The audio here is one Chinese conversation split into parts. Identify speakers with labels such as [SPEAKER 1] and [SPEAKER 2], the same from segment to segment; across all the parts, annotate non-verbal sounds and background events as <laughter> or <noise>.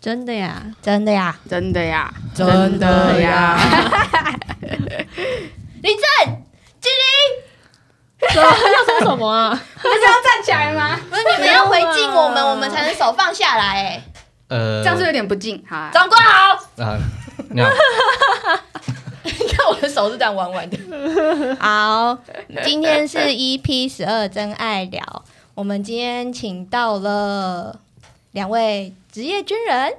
[SPEAKER 1] 真的呀，
[SPEAKER 2] 真的呀，
[SPEAKER 3] 真的呀，
[SPEAKER 2] 真的呀，
[SPEAKER 1] 立正，敬
[SPEAKER 4] <laughs>
[SPEAKER 1] 礼。要说什么啊？
[SPEAKER 3] 不是要站起来吗？
[SPEAKER 4] 不是你们要回敬我们，我们才能手放下来、哎，
[SPEAKER 5] 呃，
[SPEAKER 3] 这样是有点不敬哈。
[SPEAKER 4] 长官好。
[SPEAKER 5] 啊，你
[SPEAKER 3] <laughs>
[SPEAKER 5] 好，
[SPEAKER 4] 你看我的手是这样弯弯的。
[SPEAKER 2] <laughs>
[SPEAKER 4] <laughs>
[SPEAKER 2] 好，今天是 EP 十二真爱聊，我们今天请到了两位职业军人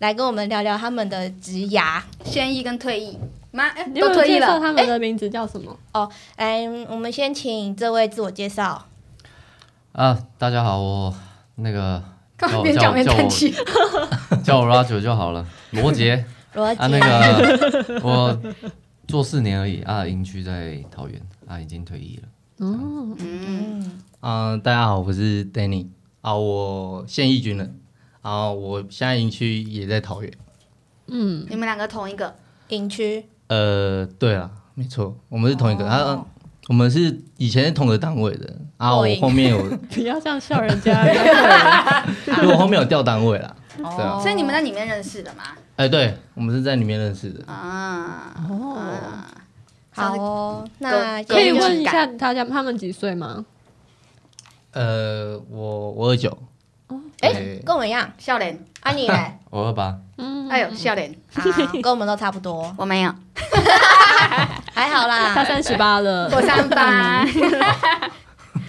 [SPEAKER 2] 来跟我们聊聊他们的职涯。
[SPEAKER 3] 现役跟退役妈，哎
[SPEAKER 1] 你有
[SPEAKER 3] 都
[SPEAKER 1] 没有
[SPEAKER 3] 退役
[SPEAKER 1] 介绍
[SPEAKER 3] 了。
[SPEAKER 1] 他们的名字叫什么？
[SPEAKER 2] 来，哎我们先请这位自我介绍。
[SPEAKER 5] 啊，大家好，我那个
[SPEAKER 3] 干嘛 <laughs>
[SPEAKER 5] 叫
[SPEAKER 3] 边
[SPEAKER 5] 叫
[SPEAKER 3] 讲边
[SPEAKER 5] 叫
[SPEAKER 3] 叹
[SPEAKER 5] 我
[SPEAKER 3] 气？
[SPEAKER 5] 叫我 Roger 就好了，罗
[SPEAKER 3] <laughs>
[SPEAKER 5] 杰
[SPEAKER 2] 罗杰、
[SPEAKER 5] 啊，那个 <laughs> 我做四年而已啊，营区在桃园啊，已经退役了。
[SPEAKER 1] 哦，
[SPEAKER 3] 嗯，
[SPEAKER 2] 嗯，
[SPEAKER 6] 嗯、大家好，我是 Danny 啊，我现役军人，啊，我现在营区也在桃园。
[SPEAKER 1] 嗯，
[SPEAKER 3] 你们两个同一个，
[SPEAKER 2] 营区
[SPEAKER 6] 呃，对啊，没错，我们是同一个，
[SPEAKER 3] 哦
[SPEAKER 6] 啊，我们是以前是同个单位的啊，
[SPEAKER 2] 后
[SPEAKER 6] 我
[SPEAKER 2] 营
[SPEAKER 6] 后面有，
[SPEAKER 3] <laughs>
[SPEAKER 1] 不要这样笑人家。人家
[SPEAKER 6] 因为我后面有调单位啦，对啊，
[SPEAKER 3] 所以你们在里面认识的嘛？
[SPEAKER 6] 哎、对，我们是在里面认识的，
[SPEAKER 3] 啊，
[SPEAKER 1] 哦，
[SPEAKER 3] 啊
[SPEAKER 2] 好哦。那
[SPEAKER 3] 隔
[SPEAKER 1] 可以
[SPEAKER 3] 隔
[SPEAKER 1] 问一下大家他们几岁吗？
[SPEAKER 6] 呃，我我二九，
[SPEAKER 2] 哎、
[SPEAKER 6] 对
[SPEAKER 2] 跟我们一样，
[SPEAKER 3] 笑脸，
[SPEAKER 2] 啊
[SPEAKER 6] <laughs>
[SPEAKER 2] 你嘞？
[SPEAKER 5] 我二八，
[SPEAKER 1] 嗯，
[SPEAKER 3] 哎呦，笑脸，
[SPEAKER 2] 啊，跟我们都差不多，
[SPEAKER 3] 我没有，
[SPEAKER 2] 还好
[SPEAKER 3] <laughs>
[SPEAKER 2] 啦。
[SPEAKER 1] 他三十八了，
[SPEAKER 3] 我三八，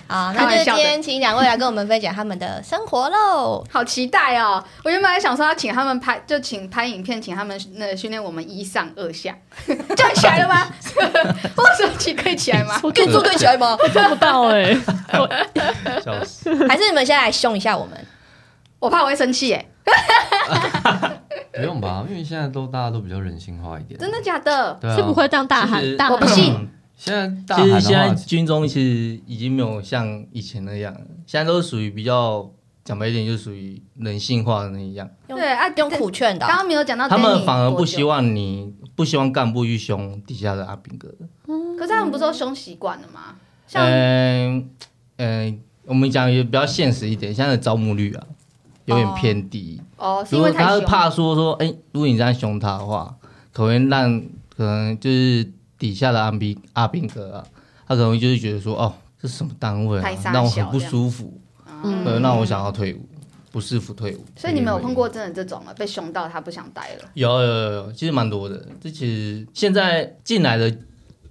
[SPEAKER 2] 好，
[SPEAKER 3] 开
[SPEAKER 2] 那
[SPEAKER 3] 玩
[SPEAKER 2] 就是
[SPEAKER 3] 笑
[SPEAKER 2] 今
[SPEAKER 3] 的
[SPEAKER 2] 天请两位来跟我们分享他们的生活喽。
[SPEAKER 3] 好期待哦！我原本还想说要请他们拍，就请拍影片，请他们那训练我们一上二下，站起来了吗？ <laughs> 我手机可以起来吗？
[SPEAKER 1] 我
[SPEAKER 2] 可以坐对起来
[SPEAKER 3] <laughs>
[SPEAKER 2] 吗？
[SPEAKER 1] 做不 <laughs> 到哎。
[SPEAKER 6] 笑死，
[SPEAKER 2] 还是你们先来凶一下我们？
[SPEAKER 3] 我怕我会生气耶！
[SPEAKER 5] 不用吧，因为现在都大家都比较人性化一点，
[SPEAKER 3] 真的假的？
[SPEAKER 5] 对啊，
[SPEAKER 1] 是不会这样大
[SPEAKER 6] 其
[SPEAKER 1] 喊
[SPEAKER 6] 实
[SPEAKER 1] 大
[SPEAKER 3] 我不
[SPEAKER 1] 喊。
[SPEAKER 3] 信，
[SPEAKER 5] 现在
[SPEAKER 6] 嗯
[SPEAKER 5] 大
[SPEAKER 6] 其实
[SPEAKER 5] 喊
[SPEAKER 6] 现在
[SPEAKER 5] 的话，
[SPEAKER 6] 军中其实已经没有像以前那样了，现在都是属于比较讲白一点，就属于人性化的那一样。
[SPEAKER 2] 用
[SPEAKER 3] 对啊，
[SPEAKER 2] 用苦劝的
[SPEAKER 3] 刚
[SPEAKER 2] 哦、
[SPEAKER 3] 刚没有讲到
[SPEAKER 6] 他
[SPEAKER 3] Danny
[SPEAKER 6] 们反而
[SPEAKER 3] 多
[SPEAKER 6] 不
[SPEAKER 3] 久
[SPEAKER 6] 希，望你不希望干部去凶底下的阿兵哥。
[SPEAKER 3] 可是他们不是都凶习惯了吗？像
[SPEAKER 6] 嗯嗯，我们讲也比较现实一点，现在的招募率啊有点偏低。
[SPEAKER 3] 哦，是
[SPEAKER 6] 如
[SPEAKER 3] 因
[SPEAKER 6] 果
[SPEAKER 3] 为太
[SPEAKER 6] 他是
[SPEAKER 3] 凶，
[SPEAKER 6] 怕说说，哎、如果你这样凶他的话，可能会让可能就是底下的阿兵阿兵哥啊，他可能就是觉得说，哦，这是什么单位啊
[SPEAKER 3] 太傻，
[SPEAKER 6] 让我
[SPEAKER 3] 小
[SPEAKER 6] 很不
[SPEAKER 3] 这样
[SPEAKER 6] 舒服，
[SPEAKER 1] 嗯
[SPEAKER 6] 呃，让我想要退伍，不舒服退伍。
[SPEAKER 3] 所以你们有
[SPEAKER 6] 对
[SPEAKER 3] 碰过真的这种了，被凶到他不想待了，
[SPEAKER 6] 有有有有，其实蛮多的。这其实现在进来的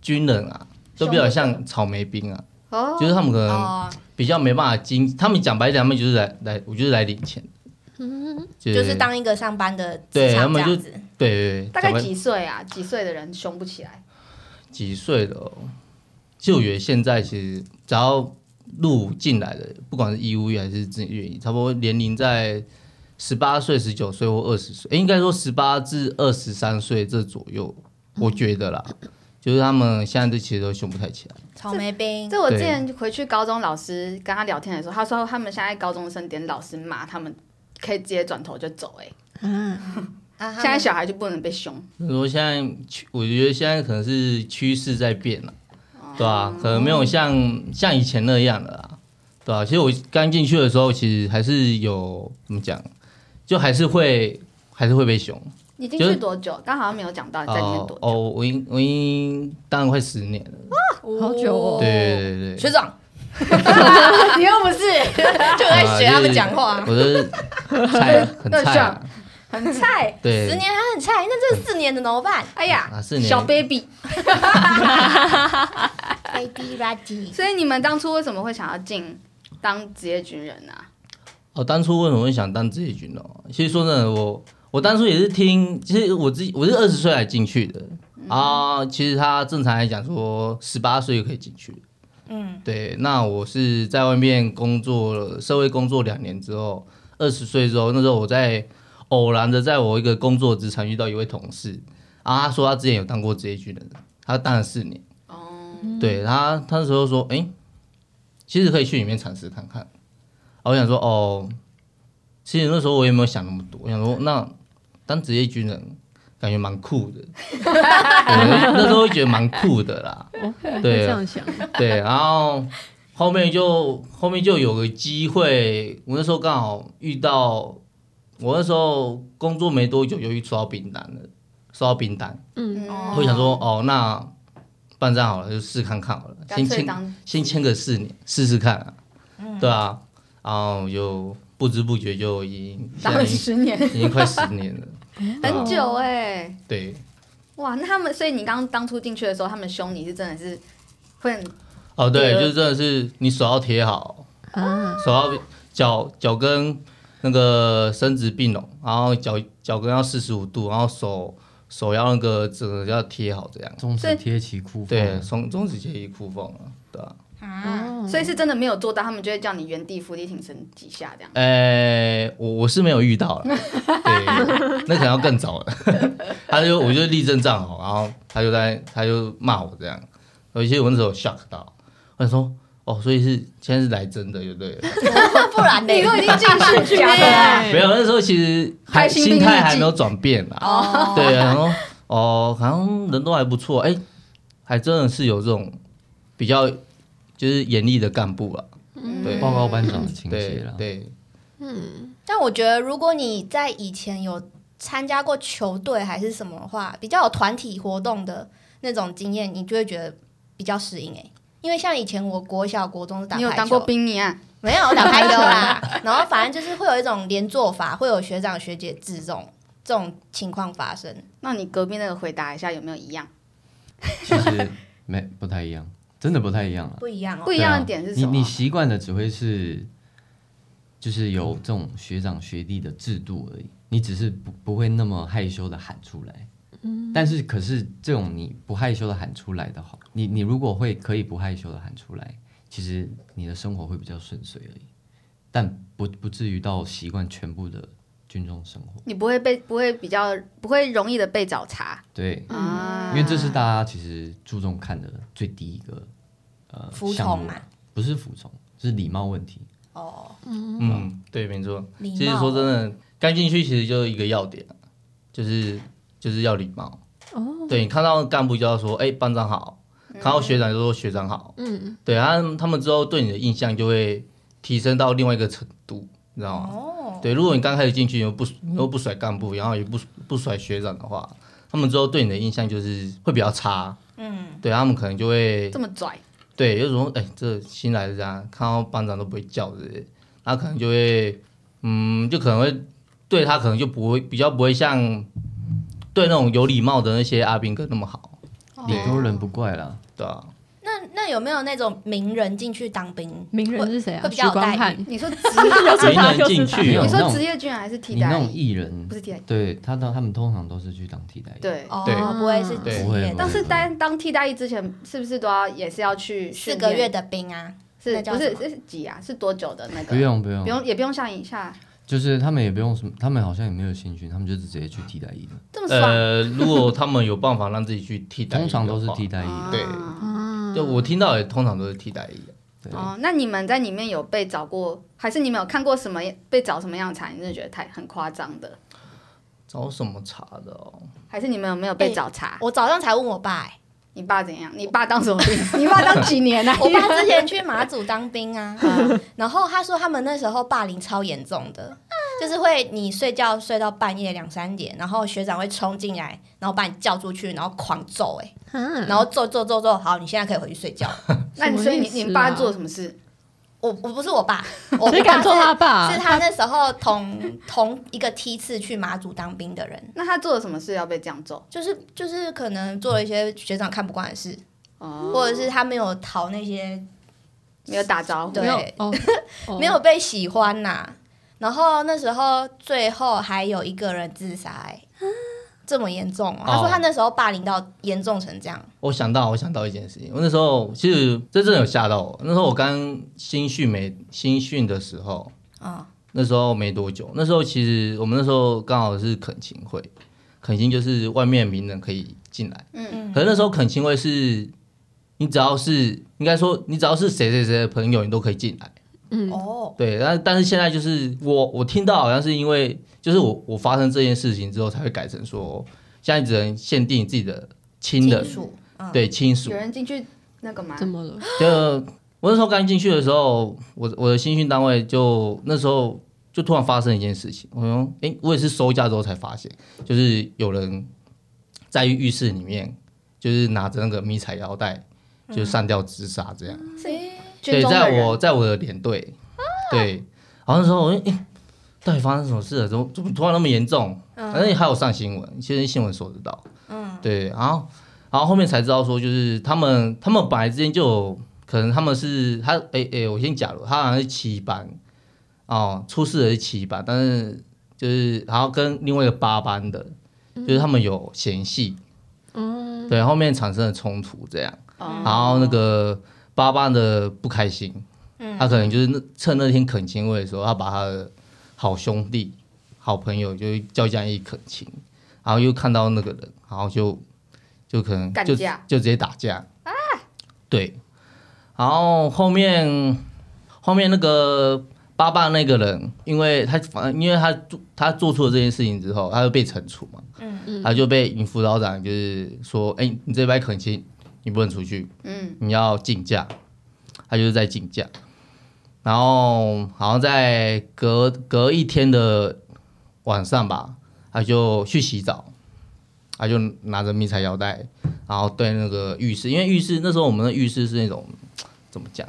[SPEAKER 6] 军人啊，都比较像草莓兵啊，
[SPEAKER 3] 哦，
[SPEAKER 6] 就是他们可能比较没办法经，他们讲白一点，他们就是来来，我就是来领钱，
[SPEAKER 1] 嗯，
[SPEAKER 6] 就
[SPEAKER 2] 就是当一个上班的职
[SPEAKER 6] 对
[SPEAKER 2] 场
[SPEAKER 6] 他
[SPEAKER 2] 这
[SPEAKER 6] 们
[SPEAKER 2] 样
[SPEAKER 6] 就
[SPEAKER 2] 子。
[SPEAKER 6] 对对对，
[SPEAKER 3] 大概
[SPEAKER 6] 讲白
[SPEAKER 3] 几岁啊？几岁的人凶不起来？
[SPEAKER 6] 几岁的、哦？其实我觉得现在其实只要入伍进来的，不管是义务役还是自愿役，差不多年龄在十八岁、十九岁或二十岁，诶应该说十八至二十三岁这左右，我觉得啦，就是他们现在这其实都凶不太啊起来。
[SPEAKER 2] 草莓冰，
[SPEAKER 3] 这我之
[SPEAKER 6] 对
[SPEAKER 3] 前回去高中老师跟他聊天的时候，他说他们现在高中生连老师骂他们。可以直接转头就走、欸，
[SPEAKER 2] 啊
[SPEAKER 3] 哎，
[SPEAKER 2] 他
[SPEAKER 3] 现在
[SPEAKER 2] 们
[SPEAKER 3] 小孩就不能被凶，
[SPEAKER 6] 所以说现在趋，我觉得现在可能是趋势在变了，对吧、可能没有像像以前那样了啦，对吧、其实我刚进去的时候，其实还是有怎么讲，就还是会还是会被凶。
[SPEAKER 3] 你进
[SPEAKER 6] 就
[SPEAKER 3] 去
[SPEAKER 6] 是
[SPEAKER 3] 多久？刚好像没有讲到在里面多久。
[SPEAKER 6] 哦哦，我已我已经当了快十年了，
[SPEAKER 1] 好久哦
[SPEAKER 6] 对对对对，
[SPEAKER 2] 学
[SPEAKER 3] <laughs>
[SPEAKER 2] 长，你又不是就在学他们讲话
[SPEAKER 3] 哦
[SPEAKER 6] 啊。就是我是菜很菜啊，
[SPEAKER 3] 很菜，
[SPEAKER 6] 对，
[SPEAKER 2] 十年还很菜，那这四年的怎么
[SPEAKER 3] <laughs>
[SPEAKER 2] 办
[SPEAKER 3] 哎呀，
[SPEAKER 6] 啊四年
[SPEAKER 3] 小 baby。
[SPEAKER 2] ？Baby r a d y
[SPEAKER 3] 所以你们当初为什么会想要进当职业军人啊？
[SPEAKER 6] 我哦当初为什么会想当职业军人哦？其实说真的，我我当初也是听，其实我自己我是二十岁才进去的啊、其实他正常来讲说十八岁就可以进去。嗯，对。那我是在外面工作了，社会工作两年之后，二十岁之后，那时候我在偶然的在我一个工作职场遇到一位同事啊，他说他之前有当过职业军人，他当了四年。
[SPEAKER 3] 哦，
[SPEAKER 1] 嗯
[SPEAKER 6] 对他，他那时候说，哎、其实可以去里面尝试看看。啊我想说，哦，其实那时候我也没有想那么多，我想说，那当职业军人感觉蛮酷
[SPEAKER 1] <laughs>
[SPEAKER 6] 的，对那时候会觉得蛮酷的
[SPEAKER 1] <laughs>
[SPEAKER 6] 啦。
[SPEAKER 1] 会
[SPEAKER 6] 对
[SPEAKER 1] 这样想，
[SPEAKER 6] 对，然后后面就后面就有个机会，我那时候刚好遇到我那时候工作没多久，由于收到订单了，收到订单，
[SPEAKER 1] 嗯，
[SPEAKER 3] 哦
[SPEAKER 6] 我想说，哦，那办这样好了，就试看看好了，
[SPEAKER 3] 干
[SPEAKER 6] 先
[SPEAKER 3] 脆
[SPEAKER 6] 签
[SPEAKER 3] 当嗯
[SPEAKER 6] 先签个四年试试看啊，对啊，然后就不知不觉就已经
[SPEAKER 3] 打了
[SPEAKER 6] 现在已经
[SPEAKER 3] 十年，
[SPEAKER 6] 已经快十年
[SPEAKER 3] <laughs>
[SPEAKER 6] 了，
[SPEAKER 3] 很久哎、
[SPEAKER 6] 对，
[SPEAKER 3] 哇，那他们，所以你刚当初进去的时候，他们凶你是真的是会很
[SPEAKER 6] 哦对，
[SPEAKER 3] 对
[SPEAKER 6] 就真的是你手要贴好， <laughs>
[SPEAKER 1] 啊，
[SPEAKER 6] 手要脚脚跟那个伸直并拢，然后脚脚跟要四十五度，然后手手要那个整个要贴好这样，
[SPEAKER 5] 中
[SPEAKER 3] 所以
[SPEAKER 5] 指贴起裤缝
[SPEAKER 6] 对，
[SPEAKER 3] 嗯
[SPEAKER 5] 啊，
[SPEAKER 6] 中中指节一裤缝啊，对啊。
[SPEAKER 4] 啊，
[SPEAKER 3] 所以是真的没有做到，他们就会叫你原地伏地挺身几下这样。
[SPEAKER 6] 呃，我我是没有遇到了，对，那可能要更早了。 <laughs> 他就我就立正站好，然后他就在他就骂我这样，而且我那时候 shock 到，我想说哦，所以是现在是来真的就对了，
[SPEAKER 4] 不然呢？
[SPEAKER 3] <laughs> 你都已经进去
[SPEAKER 1] 假 <laughs>
[SPEAKER 3] 了，
[SPEAKER 1] 的啊
[SPEAKER 6] 没有那时候其实还
[SPEAKER 3] 开心
[SPEAKER 6] 心
[SPEAKER 3] 定义
[SPEAKER 6] 态
[SPEAKER 3] 记
[SPEAKER 6] 还没有转变啦，
[SPEAKER 4] 哦，
[SPEAKER 6] 对，然后哦，好像人都还不错，哎，还真的是有这种比较就是严厉的干部啊，对
[SPEAKER 5] 报告班长的情节
[SPEAKER 6] 对
[SPEAKER 5] 啦。
[SPEAKER 6] 对，
[SPEAKER 4] 但我觉得如果你在以前有参加过球队还是什么的话，比较有团体活动的那种经验，你就会觉得比较适应哎、因为像以前我国小、国中是打
[SPEAKER 3] 你有
[SPEAKER 4] 排
[SPEAKER 3] 当
[SPEAKER 4] 球
[SPEAKER 3] 过，兵你啊？
[SPEAKER 4] 没有我打排球啦。然后反正就是会有一种连坐法，会有学长学姐制这种这种情况发生。
[SPEAKER 3] 那你隔壁那个回答一下有没有一样？
[SPEAKER 6] <laughs>
[SPEAKER 5] 其实没不太一样，真的不太一样啊。
[SPEAKER 4] 不一样哦
[SPEAKER 3] 不。一样的点是
[SPEAKER 5] 对
[SPEAKER 3] 什
[SPEAKER 5] 啊你你
[SPEAKER 3] 么？
[SPEAKER 5] 习惯的只会是，就是有这种学长学弟的制度而已，你只是不不会那么害羞的喊出来。
[SPEAKER 3] 嗯
[SPEAKER 5] 但是可是这种你不害羞的喊出来的话，你你如果会可以不害羞的喊出来，其实你的生活会比较顺遂而已，但不不至于到习惯全部的军中生活。
[SPEAKER 3] 你不会被不会比较不会容易的被找茬
[SPEAKER 5] 对，
[SPEAKER 3] 啊？
[SPEAKER 5] 嗯因为这是大家其实注重看的最低一个呃
[SPEAKER 4] 服从
[SPEAKER 5] 项目
[SPEAKER 4] 嘛，
[SPEAKER 5] 不是服从，是礼貌问题。
[SPEAKER 4] 哦，
[SPEAKER 6] 嗯，对，没错。
[SPEAKER 4] 礼貌
[SPEAKER 6] 其实说真的，刚进去其实就一个要点，啊就是就是要礼貌。哦，对你看到干部就要说，哎、班长好；
[SPEAKER 4] 嗯
[SPEAKER 6] 看到学长就说学长好。嗯，对，他们他们之后对你的印象就会提升到另外一个程度，你知道吗？
[SPEAKER 4] 哦，嗯
[SPEAKER 6] 对，如果你刚开始进去又不你又不甩干部，然后也不不甩学长的话，他们之后对你的印象就是会比较差。
[SPEAKER 4] 嗯，
[SPEAKER 6] 对他们可能就会
[SPEAKER 3] 这么拽，
[SPEAKER 6] 对，有时候哎、这新来的这样，看到班长都不会叫之类的，他可能就会，嗯，就可能会对他可能就不会比较不会像对那种有礼貌的那些阿兵哥那么好，
[SPEAKER 3] 哦
[SPEAKER 5] 理中人不怪啦，
[SPEAKER 6] 对啊，
[SPEAKER 4] 那那有没有那种名人进去当兵？
[SPEAKER 1] 名人是谁啊？
[SPEAKER 4] 会比
[SPEAKER 1] 许
[SPEAKER 4] 较有
[SPEAKER 1] 光
[SPEAKER 4] 待
[SPEAKER 1] 汉
[SPEAKER 4] 遇，
[SPEAKER 3] 你
[SPEAKER 5] <laughs>
[SPEAKER 3] 说职
[SPEAKER 1] 又是
[SPEAKER 6] 名
[SPEAKER 1] 他，
[SPEAKER 6] 人
[SPEAKER 1] 又是
[SPEAKER 6] 进
[SPEAKER 1] 他。
[SPEAKER 6] 去
[SPEAKER 5] 有
[SPEAKER 6] 哦
[SPEAKER 3] 你
[SPEAKER 5] 那
[SPEAKER 3] 说
[SPEAKER 5] 种
[SPEAKER 3] 职业军人还是替
[SPEAKER 5] 你
[SPEAKER 3] 代
[SPEAKER 5] 那种
[SPEAKER 3] 役？
[SPEAKER 5] 艺人
[SPEAKER 3] 不是替代役，
[SPEAKER 5] 对他当他们通常都是去当替代役，
[SPEAKER 3] 对。
[SPEAKER 4] 哦
[SPEAKER 6] 对，
[SPEAKER 4] 不会是
[SPEAKER 6] 对
[SPEAKER 4] 职
[SPEAKER 5] 不会
[SPEAKER 4] 业的
[SPEAKER 5] 不
[SPEAKER 3] 但是当当替代役之前，是不是都要也是要去
[SPEAKER 4] 四
[SPEAKER 3] 训
[SPEAKER 4] 个月
[SPEAKER 3] 练？
[SPEAKER 4] 的兵啊，那
[SPEAKER 3] 是
[SPEAKER 4] 叫
[SPEAKER 3] 不
[SPEAKER 4] 什
[SPEAKER 3] 是
[SPEAKER 4] 么
[SPEAKER 3] 是几啊？是多久的那个？
[SPEAKER 5] 不用不用
[SPEAKER 3] 不，用也不用上啊一下，
[SPEAKER 5] 就是他们也不用什么，他们好像也没有新训，他们就是直接去替代役的，
[SPEAKER 3] 这么爽。
[SPEAKER 6] 呃，如果他们有办法让自
[SPEAKER 3] <laughs>
[SPEAKER 6] 己去替代，
[SPEAKER 5] 通常都是替，代役的。
[SPEAKER 6] 对
[SPEAKER 3] 啊
[SPEAKER 6] 就我听到也通常都是替代役，
[SPEAKER 5] 对，
[SPEAKER 3] 哦，那你们在里面有被找过，还是你们有看过什么被找什么样的茬？你真的觉得太很夸张的，
[SPEAKER 6] 找什么查的哦？
[SPEAKER 3] 还是你们有没有被
[SPEAKER 4] 哎
[SPEAKER 3] 找茬？
[SPEAKER 4] 我早上才问我爸、欸，
[SPEAKER 3] 你爸怎样？你爸当什么 <laughs> 兵？你爸当几年啊？
[SPEAKER 4] <laughs> 我爸之前去马祖当兵
[SPEAKER 1] <laughs>
[SPEAKER 4] 啊，
[SPEAKER 1] 嗯
[SPEAKER 4] 然后他说他们那时候霸凌超严重的，就是会你睡觉睡到半夜两三点，然后学长会冲进来，然后把你叫出去，然后狂揍、欸，
[SPEAKER 1] 嗯
[SPEAKER 4] 然后揍揍揍揍，好，你现在可以回去睡觉。
[SPEAKER 3] <laughs> 那你所以你
[SPEAKER 1] 什么意思啊
[SPEAKER 3] 你爸做什么事？
[SPEAKER 4] 我我不是我
[SPEAKER 1] <laughs>
[SPEAKER 4] 爸，我
[SPEAKER 1] 啊谁敢揍
[SPEAKER 4] 我
[SPEAKER 1] 他啊
[SPEAKER 4] 爸
[SPEAKER 1] 爸
[SPEAKER 4] 是？是他那时候同同一个梯次去马祖当兵的人，
[SPEAKER 3] 那他做了什么事要被这样揍？
[SPEAKER 4] 就是就是可能做了一些学长看不惯的事，
[SPEAKER 3] 哦，
[SPEAKER 4] 或者是他没有逃那些
[SPEAKER 3] 没有打招呼，
[SPEAKER 4] 对
[SPEAKER 1] 没有哦
[SPEAKER 4] <laughs>
[SPEAKER 1] 哦
[SPEAKER 4] 没有被喜欢呐、然后那时候最后还有一个人自杀、欸，
[SPEAKER 1] 啊
[SPEAKER 4] 这么严重、哦？他说他那时候霸凌到严重成这样，
[SPEAKER 6] 我想到，我想到一件事情，我那时候其实这真的有吓到我。那时候我刚新训没新训的时候，
[SPEAKER 4] 啊、
[SPEAKER 6] 那时候没多久，那时候其实我们那时候刚好是恳亲会，恳亲就是外面名人可以进来，
[SPEAKER 3] 嗯，
[SPEAKER 6] 可是那时候恳亲会是，你只要是应该说你只要是谁谁谁的朋友，你都可以进来。
[SPEAKER 1] 嗯
[SPEAKER 4] 哦，
[SPEAKER 6] 对，但但是现在就是我我听到好像是因为就是我我发生这件事情之后才会改成说，现在只能限定自己的亲人
[SPEAKER 4] 亲，属，嗯，
[SPEAKER 6] 对亲属
[SPEAKER 3] 有。人进去那个吗？
[SPEAKER 1] 怎么了？
[SPEAKER 6] 就我那时候刚进去的时候，我我的新训单位就那时候就突然发生一件事情，我说，哎、我也是收假之后才发现，就是有人在浴室里面，就是拿着那个迷彩腰带，就上吊自杀这样。嗯对，
[SPEAKER 3] 军中的
[SPEAKER 6] 在
[SPEAKER 3] 人
[SPEAKER 6] 我在我的连队，对，然后那时候我就，哎，到底发生什么事了？怎么怎么突然那么严重？反正还有上新闻，其实新闻说得到，嗯，对，然后然后后面才知道说，就是他们他们本来之间就有可能他们是他，哎哎，我先假如他好像是七班，哦，出事的是七班，但是就是然后跟另外一个八班的，就是他们有嫌隙，嗯，对，后面产生了冲突这样。
[SPEAKER 3] 哦
[SPEAKER 6] 然后那个巴巴的不开心，他可能就是那趁那天恳亲会的时候，他把他的好兄弟、好朋友就叫这样一恳亲，然后又看到那个人，然后就就可能
[SPEAKER 3] 干
[SPEAKER 6] 就
[SPEAKER 3] 架
[SPEAKER 6] 就直接打架啊，对，然后后面后面那个巴巴那个人，因为他反因为他做他做出了这件事情之后，他就被惩处嘛，
[SPEAKER 3] 嗯
[SPEAKER 6] 他就被尹副导长就是说，哎、你这边恳亲。你不能出去，
[SPEAKER 3] 嗯，
[SPEAKER 6] 你要竞价，他就是在竞价。然后好像在隔隔一天的晚上吧，他就去洗澡，他就拿着迷彩腰带，然后对那个浴室，因为浴室那时候我们的浴室是那种怎么讲？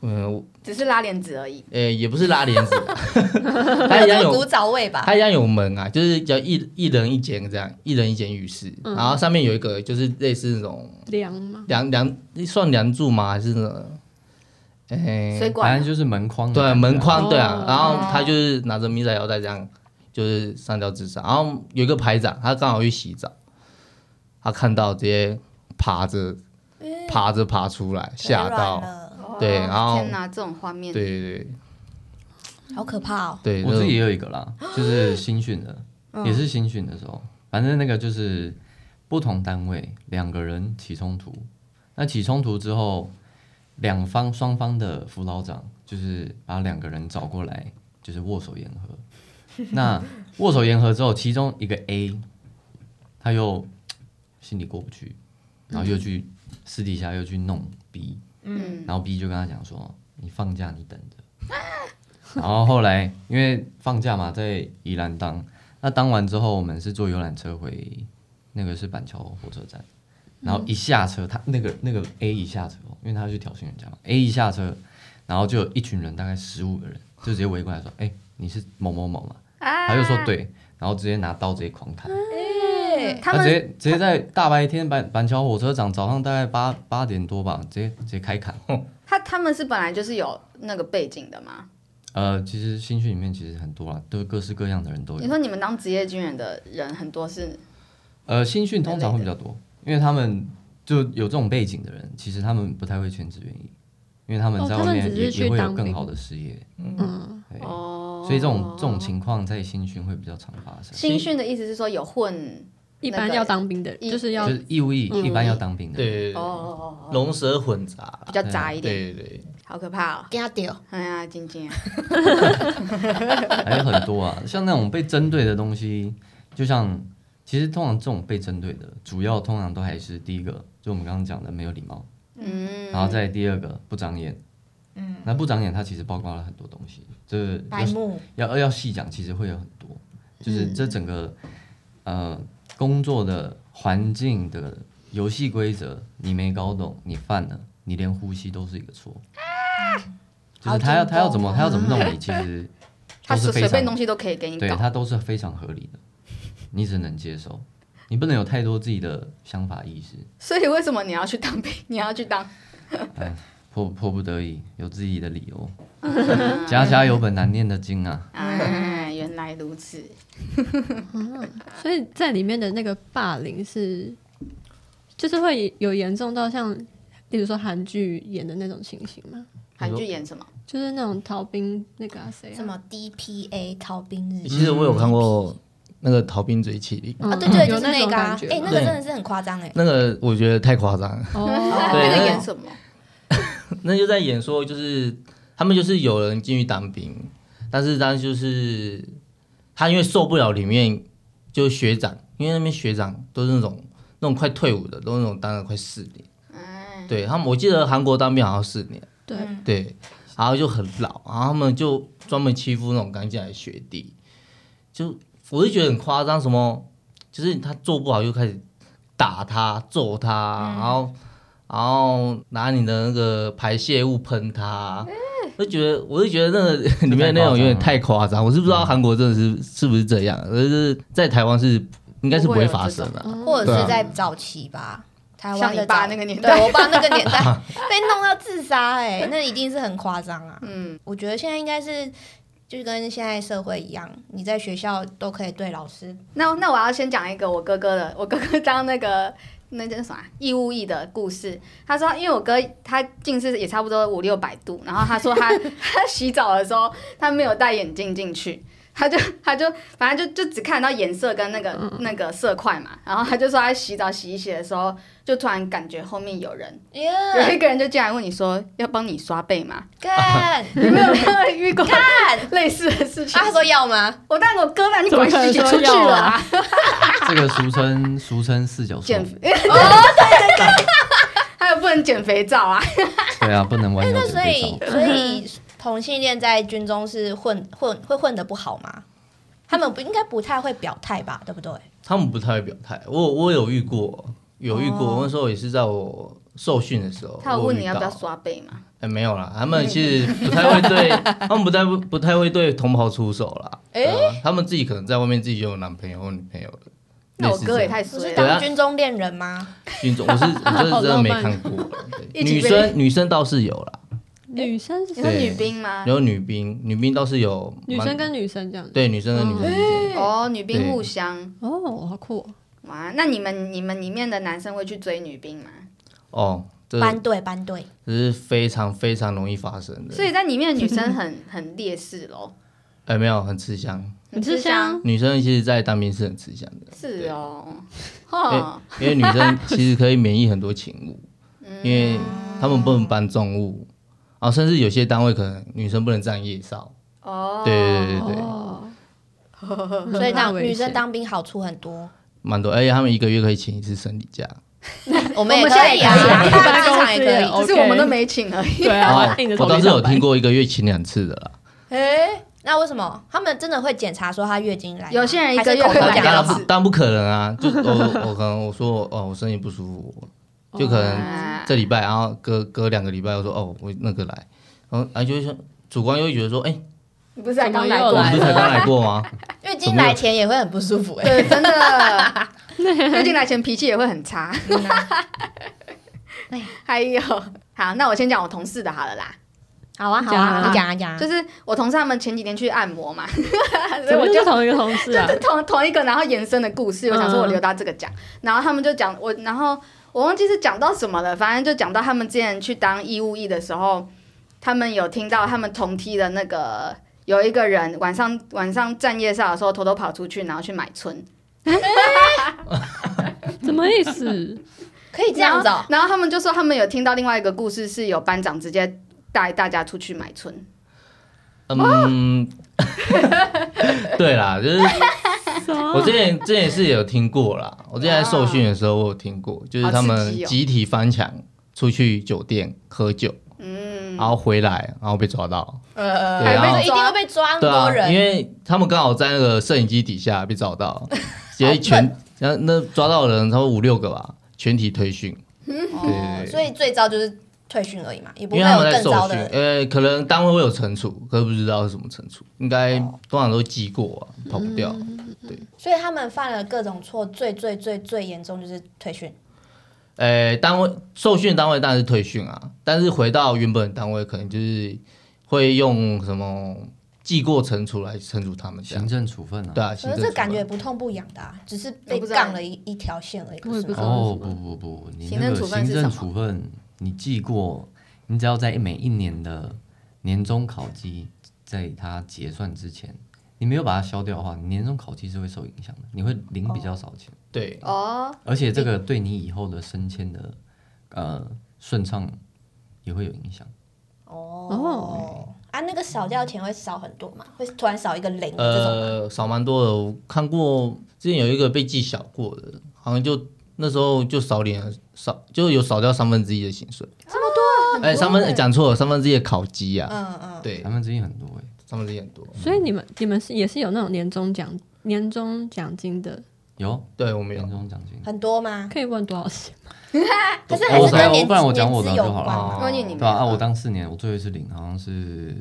[SPEAKER 6] 嗯，我
[SPEAKER 3] 只是拉帘子而已。
[SPEAKER 6] 呃、也不是拉帘子啊，
[SPEAKER 4] 还
[SPEAKER 6] 他
[SPEAKER 4] 有
[SPEAKER 6] 一样
[SPEAKER 4] 这个
[SPEAKER 6] 有
[SPEAKER 4] 古早味吧？
[SPEAKER 6] 它一样有门啊，就是叫一一人一间这样，一人一间浴室，然后上面有一个就是类似那种
[SPEAKER 1] 凉吗？
[SPEAKER 6] 梁梁算梁柱吗？还是那个？哎、
[SPEAKER 3] 水管
[SPEAKER 5] 反
[SPEAKER 3] 啊
[SPEAKER 5] 正就是门框的
[SPEAKER 6] 对，
[SPEAKER 5] 感觉啊
[SPEAKER 6] 门框对啊
[SPEAKER 1] 哦。
[SPEAKER 6] 然后他就是拿着迷彩腰带这样，就是上吊自杀。然后有一个排长，他刚好去洗澡，他看到直接爬着爬着爬出来，吓到。对然后
[SPEAKER 3] 啊哦天哪，这种画面，
[SPEAKER 6] 对对
[SPEAKER 2] 好可怕哦！
[SPEAKER 6] 对，
[SPEAKER 5] 我
[SPEAKER 6] 那
[SPEAKER 5] 自己也
[SPEAKER 6] 种嗯
[SPEAKER 5] 有一
[SPEAKER 6] <gasps>
[SPEAKER 5] 个啦，就是新训的，也是新训的时候，反正那个就是不同单位两个人起冲突，那起冲突之后，两方双方的辅导长就是把两个人找过来，就是握手言和。
[SPEAKER 6] <laughs>
[SPEAKER 5] 那握手言和之后，其中一个 A，他又心里过不去，然
[SPEAKER 6] 嗯
[SPEAKER 5] 后又去私底下又去弄 B，
[SPEAKER 3] 嗯，
[SPEAKER 5] 然后 B 就跟他讲说：“你放假你等着。” <laughs> 然后后来因为放假嘛，在宜兰当，那当完之后，我们是坐游览车回那个是板桥火车站，然后一下车，他那个那个 A 一下车哦，因为他去挑衅人家嘛，A 一下车，然后就有一群人大概十五个人就直接围过来说：“哎、你是某某某嘛？”
[SPEAKER 3] 哎
[SPEAKER 5] 他就说：“对。”然后直接拿刀直接狂砍，
[SPEAKER 4] 对，
[SPEAKER 3] 嗯他
[SPEAKER 5] 直
[SPEAKER 3] 们
[SPEAKER 5] 接直接在大白天板板桥火车站早上大概八八点多吧，直接直接开砍。
[SPEAKER 3] 他他们是本来就是有那个背景的嘛。
[SPEAKER 5] 呃，其实新训里面其实很多啦，都各式各样的人都
[SPEAKER 3] 你
[SPEAKER 5] 有。
[SPEAKER 3] 说你们当职业军人的人很多是，
[SPEAKER 5] 呃，新训通常会比较多，因为他们就有这种背景的人，其实他们不太会全职愿意，因为他们
[SPEAKER 1] 哦
[SPEAKER 5] 在
[SPEAKER 1] 他
[SPEAKER 5] 外
[SPEAKER 1] 们
[SPEAKER 5] 面
[SPEAKER 1] 只
[SPEAKER 5] 也、
[SPEAKER 1] 是去
[SPEAKER 5] 也会有
[SPEAKER 1] 当
[SPEAKER 5] 更
[SPEAKER 1] 兵
[SPEAKER 5] 好的事业。
[SPEAKER 1] 嗯，
[SPEAKER 5] 对，所以这种这种情况在新训会比较常发生。
[SPEAKER 3] 新训的意思是说有混
[SPEAKER 1] 一般要当兵的人
[SPEAKER 3] 一
[SPEAKER 1] 就是
[SPEAKER 5] 就
[SPEAKER 1] 要
[SPEAKER 5] 是义务役，
[SPEAKER 1] 嗯
[SPEAKER 5] 一般要当兵的人。
[SPEAKER 3] 哦
[SPEAKER 6] 对对对，
[SPEAKER 3] 哦哦哦，
[SPEAKER 6] 龙蛇混杂
[SPEAKER 3] 比，较
[SPEAKER 5] 哎
[SPEAKER 3] 杂一
[SPEAKER 6] 对
[SPEAKER 3] 点，
[SPEAKER 6] 对对，
[SPEAKER 3] 好可怕哦！
[SPEAKER 2] 给他丢，
[SPEAKER 3] 哎呀，晶晶啊，
[SPEAKER 5] 还有很多啊，像那种被针对的东西，就像其实通常这种被针对的，主要通常都还是第一个，就我们刚刚讲的没有礼貌，
[SPEAKER 3] 嗯，
[SPEAKER 5] 然后再第二个不长眼，嗯，那不长眼它其实包括了很多东西，这
[SPEAKER 2] 白目，
[SPEAKER 5] 要要细讲，其实会有很多，就是这整个、呃工作的环境的游戏规则，你没搞懂，你犯了，你连呼吸都是一个错，
[SPEAKER 3] 啊
[SPEAKER 5] 就是他要他要怎么他要怎么弄你，其实
[SPEAKER 3] 他
[SPEAKER 5] 都是
[SPEAKER 3] 随
[SPEAKER 5] 非
[SPEAKER 3] 随便
[SPEAKER 5] 常
[SPEAKER 3] 东西都可以给你
[SPEAKER 5] 对
[SPEAKER 3] 搞，
[SPEAKER 5] 啊他都是非常合理的，你只能接受，你不能有太多自己的想法意识，
[SPEAKER 3] 所以为什么你要去当兵？ <laughs> 你要去当？
[SPEAKER 5] 哎迫迫不得已有自己的理由。家家有本难念的经啊，
[SPEAKER 3] 哎，原来如此，
[SPEAKER 1] 所以在里面的那个霸凌是，就是会有严重到像，例如说韩剧演的那种情形吗？
[SPEAKER 3] 韩剧演什么？
[SPEAKER 1] 就是那种逃兵那个啊谁啊
[SPEAKER 2] 什么 DPA 逃兵日
[SPEAKER 6] 其实我有看过那个《逃兵追妻令》，
[SPEAKER 1] 嗯
[SPEAKER 2] 啊，对对，就
[SPEAKER 1] 有
[SPEAKER 2] 是
[SPEAKER 1] 那
[SPEAKER 2] 那
[SPEAKER 1] 种
[SPEAKER 2] 个啊，
[SPEAKER 1] 感觉
[SPEAKER 2] 哎，那个真的是很夸张哎，
[SPEAKER 6] 那个我觉得太夸张了。
[SPEAKER 1] 哦，
[SPEAKER 6] 对
[SPEAKER 3] 那
[SPEAKER 6] 那
[SPEAKER 5] 啊
[SPEAKER 3] 个
[SPEAKER 6] 个
[SPEAKER 3] 演什么？
[SPEAKER 6] 那就在演说，就是他们就是有人进去当兵，但是当时就是他因为受不了里面就是学长，因为那边学长都是那种那种快退伍的，都是那种当了快四年，对他们我记得韩国当兵好像四年，
[SPEAKER 1] 对，
[SPEAKER 6] 对，然后就很老，然后他们就专门欺负那种刚进来的学弟，就我就觉得很夸张，什么就是他做不好就开始打他、揍他，然后然后拿你的那个排泄物喷他。就觉得，我就觉得那个里面的内容有点太夸张，我是不知道韩国真的是是不是这样，但是在台湾是应该是不会发生的、
[SPEAKER 1] 哦
[SPEAKER 4] 或者
[SPEAKER 6] 对
[SPEAKER 4] 是
[SPEAKER 6] 啊
[SPEAKER 4] 在早期吧，台
[SPEAKER 3] 嗯像
[SPEAKER 4] 湾
[SPEAKER 3] 你
[SPEAKER 4] 的
[SPEAKER 3] 爸
[SPEAKER 4] 早
[SPEAKER 3] 那个年
[SPEAKER 4] 对
[SPEAKER 3] 代，
[SPEAKER 4] 我爸那个年
[SPEAKER 5] <laughs>
[SPEAKER 4] 代 <laughs> 被弄到自杀，哎，那一定是很夸张啊。
[SPEAKER 3] 嗯，
[SPEAKER 4] 我觉得现在应该是就跟现在社会一样，你在学校都可以对老师
[SPEAKER 3] 那那我要先讲一个我哥哥的， <laughs> 我哥哥当那个那叫什么啊义务役的故事。他说，因为我哥他近视也差不多五六百度，然后他说
[SPEAKER 1] <laughs>
[SPEAKER 3] 他他洗澡的时候他没有戴眼镜进去。他就他就反正就就只看到颜色跟那个
[SPEAKER 1] 嗯
[SPEAKER 3] 那个色块嘛，然后他就说他洗澡洗一洗的时候，就突然感觉后面有人， <laughs>
[SPEAKER 1] 呃
[SPEAKER 3] 有一个人就进来问你说要帮你刷背吗？
[SPEAKER 1] <laughs>
[SPEAKER 4] 干。
[SPEAKER 3] <laughs> 你没有没有遇过 <laughs> 类似的事情
[SPEAKER 4] 啊，？他说要吗？
[SPEAKER 3] 我但我哥让你管
[SPEAKER 1] 怎么
[SPEAKER 3] 自
[SPEAKER 1] 可能
[SPEAKER 3] 己
[SPEAKER 1] 说
[SPEAKER 3] 出去
[SPEAKER 1] 要
[SPEAKER 3] 了
[SPEAKER 1] 啊
[SPEAKER 3] 啊，
[SPEAKER 5] 这个俗称俗称四角兽
[SPEAKER 3] 减，肥 <laughs> 哦还有不能减肥皂啊，
[SPEAKER 4] <laughs>
[SPEAKER 5] 对啊，不能玩
[SPEAKER 4] 那
[SPEAKER 5] 有 <laughs>
[SPEAKER 4] 所
[SPEAKER 5] 肥
[SPEAKER 4] 以
[SPEAKER 5] 皂。
[SPEAKER 4] 所以同性恋在军中是混混会混的不好吗？他们不应该不太会表态吧，对不
[SPEAKER 3] 啊
[SPEAKER 4] 对？
[SPEAKER 6] 他们不太会表态。我我有遇过，有遇过，
[SPEAKER 4] 哦
[SPEAKER 6] 那时候也是在我受训的时候，
[SPEAKER 3] 他有问你要不要
[SPEAKER 6] 说？
[SPEAKER 3] 刷背吗？
[SPEAKER 6] 哎、没有啦，他们其实不太会
[SPEAKER 3] <laughs>
[SPEAKER 6] 对，他们不太不太会对同袍出手啦。
[SPEAKER 4] 哎
[SPEAKER 6] 对啊他们自己可能在外面自己就有男朋友或女朋友了。
[SPEAKER 3] 那我
[SPEAKER 6] 类似
[SPEAKER 3] 哥也
[SPEAKER 6] 这样
[SPEAKER 3] 太
[SPEAKER 4] 不是
[SPEAKER 3] 衰了，
[SPEAKER 6] 对啊
[SPEAKER 4] 当军中恋人吗？
[SPEAKER 6] 军中，我是我
[SPEAKER 3] <laughs>
[SPEAKER 6] 真的真的没看过。对
[SPEAKER 3] 啊一起
[SPEAKER 6] 女
[SPEAKER 3] 被
[SPEAKER 6] 生女生倒是有啦，
[SPEAKER 1] 女生是
[SPEAKER 3] 你说
[SPEAKER 6] 对
[SPEAKER 3] 女兵吗？
[SPEAKER 6] 有女兵，女兵倒是有蛮。
[SPEAKER 1] 女生跟女生这样子。
[SPEAKER 6] 对女生跟女生之间，
[SPEAKER 3] 哦，女兵
[SPEAKER 6] 对
[SPEAKER 3] 互相
[SPEAKER 1] 哦，好酷、哦！
[SPEAKER 3] 哇，那你们你们里面的男生会去追女兵吗？
[SPEAKER 6] 哦，这
[SPEAKER 4] 班队班队，
[SPEAKER 6] 这是非常非常容易发生的。
[SPEAKER 3] 所以在里面的女生
[SPEAKER 6] <laughs>
[SPEAKER 3] 很很劣势咯。
[SPEAKER 6] 哎、没有很吃香，
[SPEAKER 1] 你是香，
[SPEAKER 6] 女生其实，在当兵是很吃香的。
[SPEAKER 3] 是
[SPEAKER 6] 对
[SPEAKER 3] 哦，
[SPEAKER 6] 因为
[SPEAKER 3] 哦，
[SPEAKER 6] 因为女
[SPEAKER 3] <laughs>
[SPEAKER 6] 生其实可以免疫很多勤务，因为她们不能搬重物，啊，甚至有些单位可能女生不能站夜哨。
[SPEAKER 3] 哦，
[SPEAKER 6] 对对对对，
[SPEAKER 1] 哦，
[SPEAKER 4] 所以当
[SPEAKER 1] 很危
[SPEAKER 4] 女生
[SPEAKER 1] 险
[SPEAKER 4] 当兵好处很多。
[SPEAKER 6] 蛮多，而且她们一个月可以请一次生理假。
[SPEAKER 4] 我
[SPEAKER 3] 们
[SPEAKER 4] 们
[SPEAKER 3] 也
[SPEAKER 4] 也
[SPEAKER 3] 可以啊
[SPEAKER 4] 可以啊，大职场也可以。
[SPEAKER 1] OK
[SPEAKER 3] 只是我啊们都没请而已。
[SPEAKER 1] 对
[SPEAKER 3] <laughs>
[SPEAKER 1] 啊，硬着头
[SPEAKER 6] 哦我
[SPEAKER 1] 皮
[SPEAKER 6] 倒是有
[SPEAKER 1] 上班
[SPEAKER 6] 听过一个月请两次的啦，
[SPEAKER 4] 哎，那为什么他们真的会检查说她月经来吗？
[SPEAKER 3] 有些人一个
[SPEAKER 4] 还是
[SPEAKER 3] 月
[SPEAKER 4] 口头
[SPEAKER 3] 会
[SPEAKER 6] 当
[SPEAKER 3] 来
[SPEAKER 4] 讲
[SPEAKER 6] 当
[SPEAKER 3] 两
[SPEAKER 6] 然
[SPEAKER 4] 的
[SPEAKER 3] 次
[SPEAKER 6] 不当然不可能啊，就我我可能我说哦我身体不舒服，就可能
[SPEAKER 3] 啊
[SPEAKER 6] 这礼拜，然后隔隔两个礼拜我说哦我那个来，然后啊就会说主观又会觉得说哎、
[SPEAKER 3] 你不是才刚来过
[SPEAKER 1] 怎
[SPEAKER 6] 我
[SPEAKER 3] 吗
[SPEAKER 1] 么又来
[SPEAKER 6] 不是才刚来过吗？
[SPEAKER 4] 月经来前也会很不舒服
[SPEAKER 3] <laughs>
[SPEAKER 4] 哎。
[SPEAKER 3] 对，真
[SPEAKER 1] <laughs>
[SPEAKER 3] 的，月经来前脾气也会很差。还有，好，那我先讲我同事的好了啦，
[SPEAKER 4] 好啊好啊，你讲啊讲啊。
[SPEAKER 3] 就是我同事他们前几天去按摩嘛， <laughs> 所以
[SPEAKER 1] 怎么
[SPEAKER 3] 我
[SPEAKER 1] 就
[SPEAKER 3] 就是
[SPEAKER 1] 同一个同事啊？
[SPEAKER 3] 同同一个，然后延伸的故事，我想说我
[SPEAKER 4] 嗯
[SPEAKER 3] 留到这个讲，然后他们就讲我，然后我忘记是讲到什么了，反正就讲到他们之前去当义务役的时候，他们有听到他们同梯的那个有一个人晚上晚上站夜校的时候偷偷跑出去，然后去买春，
[SPEAKER 1] 什么意思？
[SPEAKER 4] 可以这样子哦。
[SPEAKER 3] 然后他们就说他们有听到另外一个故事，是有班长直接带大家出去买春，
[SPEAKER 6] 嗯， <laughs> 对啦，就是
[SPEAKER 1] 什么
[SPEAKER 6] 我之前之前是有听过啦，我之前在受训的时候我有听过，就是他
[SPEAKER 3] 好刺
[SPEAKER 6] 们
[SPEAKER 3] 激哦
[SPEAKER 6] 集体翻墙出去酒店喝酒，
[SPEAKER 3] 嗯，
[SPEAKER 6] 然后回来，然后被抓到，
[SPEAKER 4] 呃
[SPEAKER 6] 对然后
[SPEAKER 4] 一定会被抓那么
[SPEAKER 6] 对啊
[SPEAKER 4] 多，人，
[SPEAKER 6] 因为他们刚好在那个摄影机底下被找到，
[SPEAKER 4] <laughs>
[SPEAKER 6] 直接全然后那抓到的人差不多五六个吧，全体退训，
[SPEAKER 4] 哦
[SPEAKER 6] 对
[SPEAKER 4] 所以最糟就是退训而已嘛，也不
[SPEAKER 6] 因
[SPEAKER 4] 会
[SPEAKER 6] 为他
[SPEAKER 4] 有
[SPEAKER 6] 们在
[SPEAKER 4] 更
[SPEAKER 6] 受
[SPEAKER 4] 糟的
[SPEAKER 6] 训，
[SPEAKER 4] 人。
[SPEAKER 6] 呃，可能单位会有惩处，可是不知道是什么惩处，应该
[SPEAKER 4] 哦
[SPEAKER 6] 通常都记过啊，跑不掉。
[SPEAKER 4] 所以他们犯了各种错，最最最最严重就是退训。
[SPEAKER 6] 呃，单位受训单位当然是退训啊，但是回到原本单位，可能就是会用什么记过惩处来惩处他们这
[SPEAKER 5] 行
[SPEAKER 6] 样。
[SPEAKER 5] 政处分啊
[SPEAKER 6] 对，啊，行
[SPEAKER 4] 可是
[SPEAKER 6] 政
[SPEAKER 4] 这
[SPEAKER 6] 处
[SPEAKER 4] 感
[SPEAKER 6] 分
[SPEAKER 4] 觉不痛不痒的、啊，只是
[SPEAKER 3] 我
[SPEAKER 4] 被
[SPEAKER 3] 不知道
[SPEAKER 4] 杠了一一条线而已，
[SPEAKER 1] 我也
[SPEAKER 4] 是
[SPEAKER 1] 不知
[SPEAKER 4] 吗？
[SPEAKER 1] 道
[SPEAKER 5] 哦
[SPEAKER 1] 是什
[SPEAKER 5] 不
[SPEAKER 1] 么
[SPEAKER 5] 不不，你
[SPEAKER 3] 行
[SPEAKER 5] 那
[SPEAKER 3] 政
[SPEAKER 5] 个
[SPEAKER 3] 处分
[SPEAKER 5] 行
[SPEAKER 3] 是什
[SPEAKER 5] 政
[SPEAKER 3] 么
[SPEAKER 5] 处分，你记过，你只要在每一年的年终考绩在它结算之前，你没有把它消掉的话，你年终考绩是会受影响的，你会领比较少钱，
[SPEAKER 6] 对，
[SPEAKER 3] 哦，
[SPEAKER 5] 而且这个对你以后的升迁的呃顺畅也会有影响。
[SPEAKER 4] 哦啊，那个少掉钱会少很多嘛，会突然少一个零、这种吗。
[SPEAKER 6] 呃，少蛮多的。我看过之前有一个被记小过的，好像就那时候就少点少，就有少掉三分之一的薪水。
[SPEAKER 3] 这么多
[SPEAKER 4] 很多
[SPEAKER 6] 哎，
[SPEAKER 4] 人
[SPEAKER 6] 三分哎讲错了，三分之一的烤鸡啊，
[SPEAKER 4] 嗯嗯，
[SPEAKER 6] 对
[SPEAKER 5] 他，们之间很多哎、
[SPEAKER 6] 三分之一很多。
[SPEAKER 1] 所以你们你们是也是有那种年终奖年终奖金的，
[SPEAKER 5] 有
[SPEAKER 6] 对我们有
[SPEAKER 4] 嗯
[SPEAKER 5] 年终奖金，
[SPEAKER 4] 很多吗？
[SPEAKER 1] 可以问多少钱？
[SPEAKER 4] 可是还
[SPEAKER 5] 我
[SPEAKER 4] 是跟
[SPEAKER 5] 才
[SPEAKER 4] 年
[SPEAKER 5] 不然我讲我的
[SPEAKER 4] 年资
[SPEAKER 5] 就
[SPEAKER 4] 有
[SPEAKER 5] 好
[SPEAKER 4] 关
[SPEAKER 5] 了。
[SPEAKER 6] 哦
[SPEAKER 3] 关键你
[SPEAKER 5] 对
[SPEAKER 3] 没
[SPEAKER 5] 啊，啊
[SPEAKER 3] 有
[SPEAKER 5] 我当四年，我最后一次领好像是，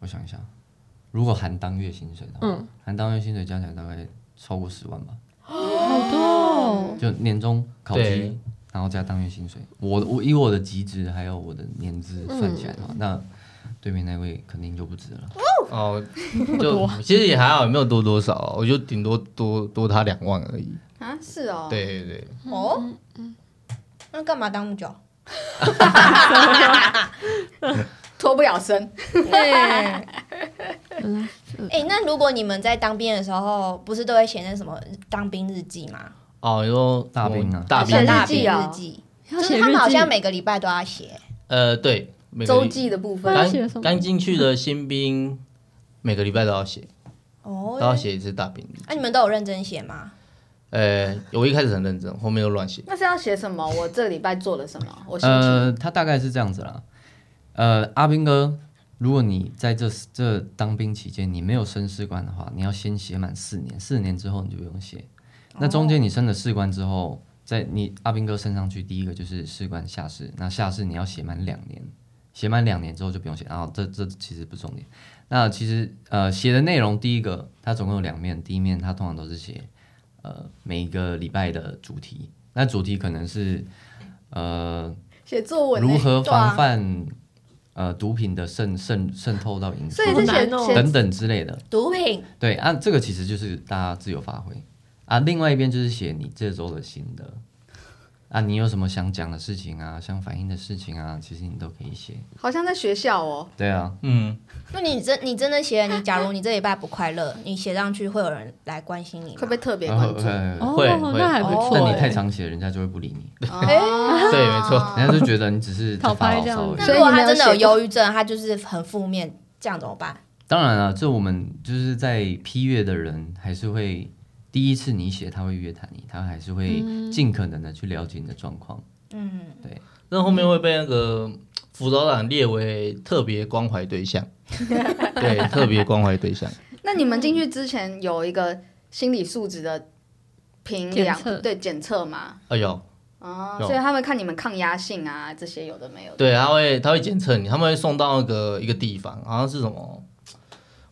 [SPEAKER 5] 我想一下，如果含当月薪水的话，
[SPEAKER 1] 嗯
[SPEAKER 5] 含当月薪水加起来大概超过十万吧，
[SPEAKER 1] 好多、哦，
[SPEAKER 5] 就年终考
[SPEAKER 6] 对
[SPEAKER 5] 绩，然后加当月薪水，我我以我的极值还有我的年资算起来的话，
[SPEAKER 1] 嗯
[SPEAKER 5] 那对面那位肯定就不止了。
[SPEAKER 6] 哦，就其实也还好，也没有多多少啊，我就顶多多多他两万而已。
[SPEAKER 3] 啊，是哦，
[SPEAKER 6] 对对对，
[SPEAKER 4] 哦，
[SPEAKER 3] 嗯
[SPEAKER 4] 那干嘛当那么久？
[SPEAKER 3] 脱不了身。
[SPEAKER 4] <laughs> 哎、
[SPEAKER 1] 原来是
[SPEAKER 4] 那如果你们在当兵的时候，不是都会写那什么当兵日记吗？
[SPEAKER 6] 哦，你说
[SPEAKER 5] 大兵啊
[SPEAKER 6] 我大
[SPEAKER 3] 写
[SPEAKER 6] 兵，
[SPEAKER 4] 大
[SPEAKER 3] 日
[SPEAKER 4] 兵
[SPEAKER 3] 记哦
[SPEAKER 4] 日记，
[SPEAKER 1] 要
[SPEAKER 4] 就
[SPEAKER 1] 写
[SPEAKER 4] 是
[SPEAKER 1] 日
[SPEAKER 4] 他们好像
[SPEAKER 1] 记，
[SPEAKER 4] 每个礼拜都要写。
[SPEAKER 6] 呃，对，每个
[SPEAKER 3] 周
[SPEAKER 6] 礼
[SPEAKER 3] 记的部分
[SPEAKER 1] 那要写什
[SPEAKER 6] 刚
[SPEAKER 1] 么
[SPEAKER 6] 刚进去的新兵，每个礼拜都要写，
[SPEAKER 4] 哦
[SPEAKER 6] 都，要写一次大兵。
[SPEAKER 4] 那、你们都有认真写吗？
[SPEAKER 6] 呃，我一开始很认真，后面又乱写。
[SPEAKER 3] 那是要写什么？我这个礼拜做了什么？我心情。
[SPEAKER 5] 呃，他大概是这样子啦。呃，阿兵哥，如果你在这这当兵期间你没有升士官的话，你要先写满四年，四年之后你就不用写。那中间你升了士官之后，在你阿兵哥升上去，第一个就是士官下士，那下士你要写满两年，写满两年之后就不用写。然后这这其实不重点。那其实呃写的内容，第一个它总共有两面，第一面它通常都是写呃每一个礼拜的主题，那主题可能是呃
[SPEAKER 3] 写作文欸、
[SPEAKER 5] 如何
[SPEAKER 4] 对啊
[SPEAKER 5] 防范、呃毒品的渗渗渗透到饮食
[SPEAKER 3] 所以是写
[SPEAKER 1] 好难哦
[SPEAKER 3] 写
[SPEAKER 5] 等等之类的。
[SPEAKER 4] 毒品
[SPEAKER 5] 对啊，这个其实就是大家自由发挥啊。另外一边就是写你这周的心得啊，你有什么想讲的事情啊，想反映的事情啊，其实你都可以写。
[SPEAKER 3] 好像在学校哦，
[SPEAKER 5] 对啊，
[SPEAKER 6] 嗯，
[SPEAKER 4] 那你真你真的写，你假如你这礼拜不快
[SPEAKER 3] <laughs>
[SPEAKER 4] 乐，你写上去会有人来关心你
[SPEAKER 3] 会不
[SPEAKER 4] 吗？
[SPEAKER 3] 会特别
[SPEAKER 5] 然后
[SPEAKER 3] 关注？
[SPEAKER 5] 呃，
[SPEAKER 1] 哦
[SPEAKER 6] 会，会
[SPEAKER 1] 那还不错、
[SPEAKER 5] 但你
[SPEAKER 1] 哎
[SPEAKER 5] 太常写，人家就会不理你，
[SPEAKER 3] 哦
[SPEAKER 6] 对没错
[SPEAKER 5] 人家就觉得你只是
[SPEAKER 1] 讨
[SPEAKER 5] 发
[SPEAKER 1] 拍
[SPEAKER 5] 牢
[SPEAKER 1] 这样
[SPEAKER 5] 骚而已
[SPEAKER 4] 那
[SPEAKER 1] 子
[SPEAKER 3] 所以
[SPEAKER 4] 如果
[SPEAKER 3] 你没
[SPEAKER 4] 他
[SPEAKER 3] 有
[SPEAKER 4] 真的有
[SPEAKER 3] 写
[SPEAKER 4] 忧郁症，他就是很负面，这样怎么办？
[SPEAKER 5] 当然了，这我们就是在批阅的人还是会第一次你写，他会约谈你，他还是会尽可能的去了解你的状况。 <laughs>
[SPEAKER 4] 嗯，
[SPEAKER 6] 那后面会被那个辅导长列为特别关怀对象。对，特别关怀对象。
[SPEAKER 3] 那你们进去之前有一个心理素质的评量
[SPEAKER 1] 检，测
[SPEAKER 3] 对检测嘛？
[SPEAKER 6] 哎呦，
[SPEAKER 3] 哦，
[SPEAKER 6] 有
[SPEAKER 3] 所以他们看你们抗压性啊，这些有的没有的。
[SPEAKER 6] 对，他会他会检测你，他们会送到那个一个地方，好像是什么，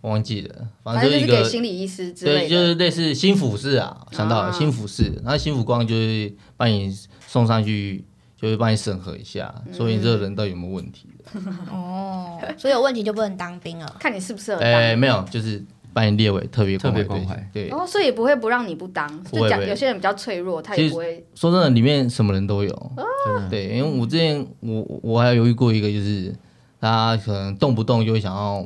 [SPEAKER 6] 我忘记了，反
[SPEAKER 3] 反
[SPEAKER 6] 正
[SPEAKER 3] 正
[SPEAKER 6] 就
[SPEAKER 3] 就是是
[SPEAKER 6] 一
[SPEAKER 3] 给
[SPEAKER 6] 个
[SPEAKER 3] 心理医师之
[SPEAKER 6] 对，
[SPEAKER 3] 类
[SPEAKER 6] 就
[SPEAKER 3] 的。
[SPEAKER 6] 是类似新辅室啊，想到
[SPEAKER 3] 啊
[SPEAKER 6] 了新辅室，然后新辅光就是把你送上去，就会帮你审核一下，说你这
[SPEAKER 3] 嗯
[SPEAKER 6] 个人到底有没有问题的。
[SPEAKER 4] 哦，所以有问题就不能当兵啊了。
[SPEAKER 3] 看你适不适合当。哦
[SPEAKER 6] 哎、没有，就是把你列为特别
[SPEAKER 5] 特别
[SPEAKER 6] 关
[SPEAKER 5] 关
[SPEAKER 6] 怀
[SPEAKER 5] 怀
[SPEAKER 6] 对。
[SPEAKER 3] 然
[SPEAKER 6] 对，
[SPEAKER 3] 后所以也不会不让你不当，
[SPEAKER 6] 不会
[SPEAKER 3] 就
[SPEAKER 6] 不
[SPEAKER 3] 讲
[SPEAKER 6] 会
[SPEAKER 3] 有些人比较脆弱，他
[SPEAKER 6] 其
[SPEAKER 3] 也
[SPEAKER 6] 实
[SPEAKER 3] 不
[SPEAKER 6] <laughs>
[SPEAKER 3] 会。
[SPEAKER 6] 说真的，里面什么人都
[SPEAKER 3] 哦
[SPEAKER 6] 有。
[SPEAKER 5] 真的，
[SPEAKER 6] 对，因为我之前我我我还有犹豫过一个，就是他可能动不动就会想要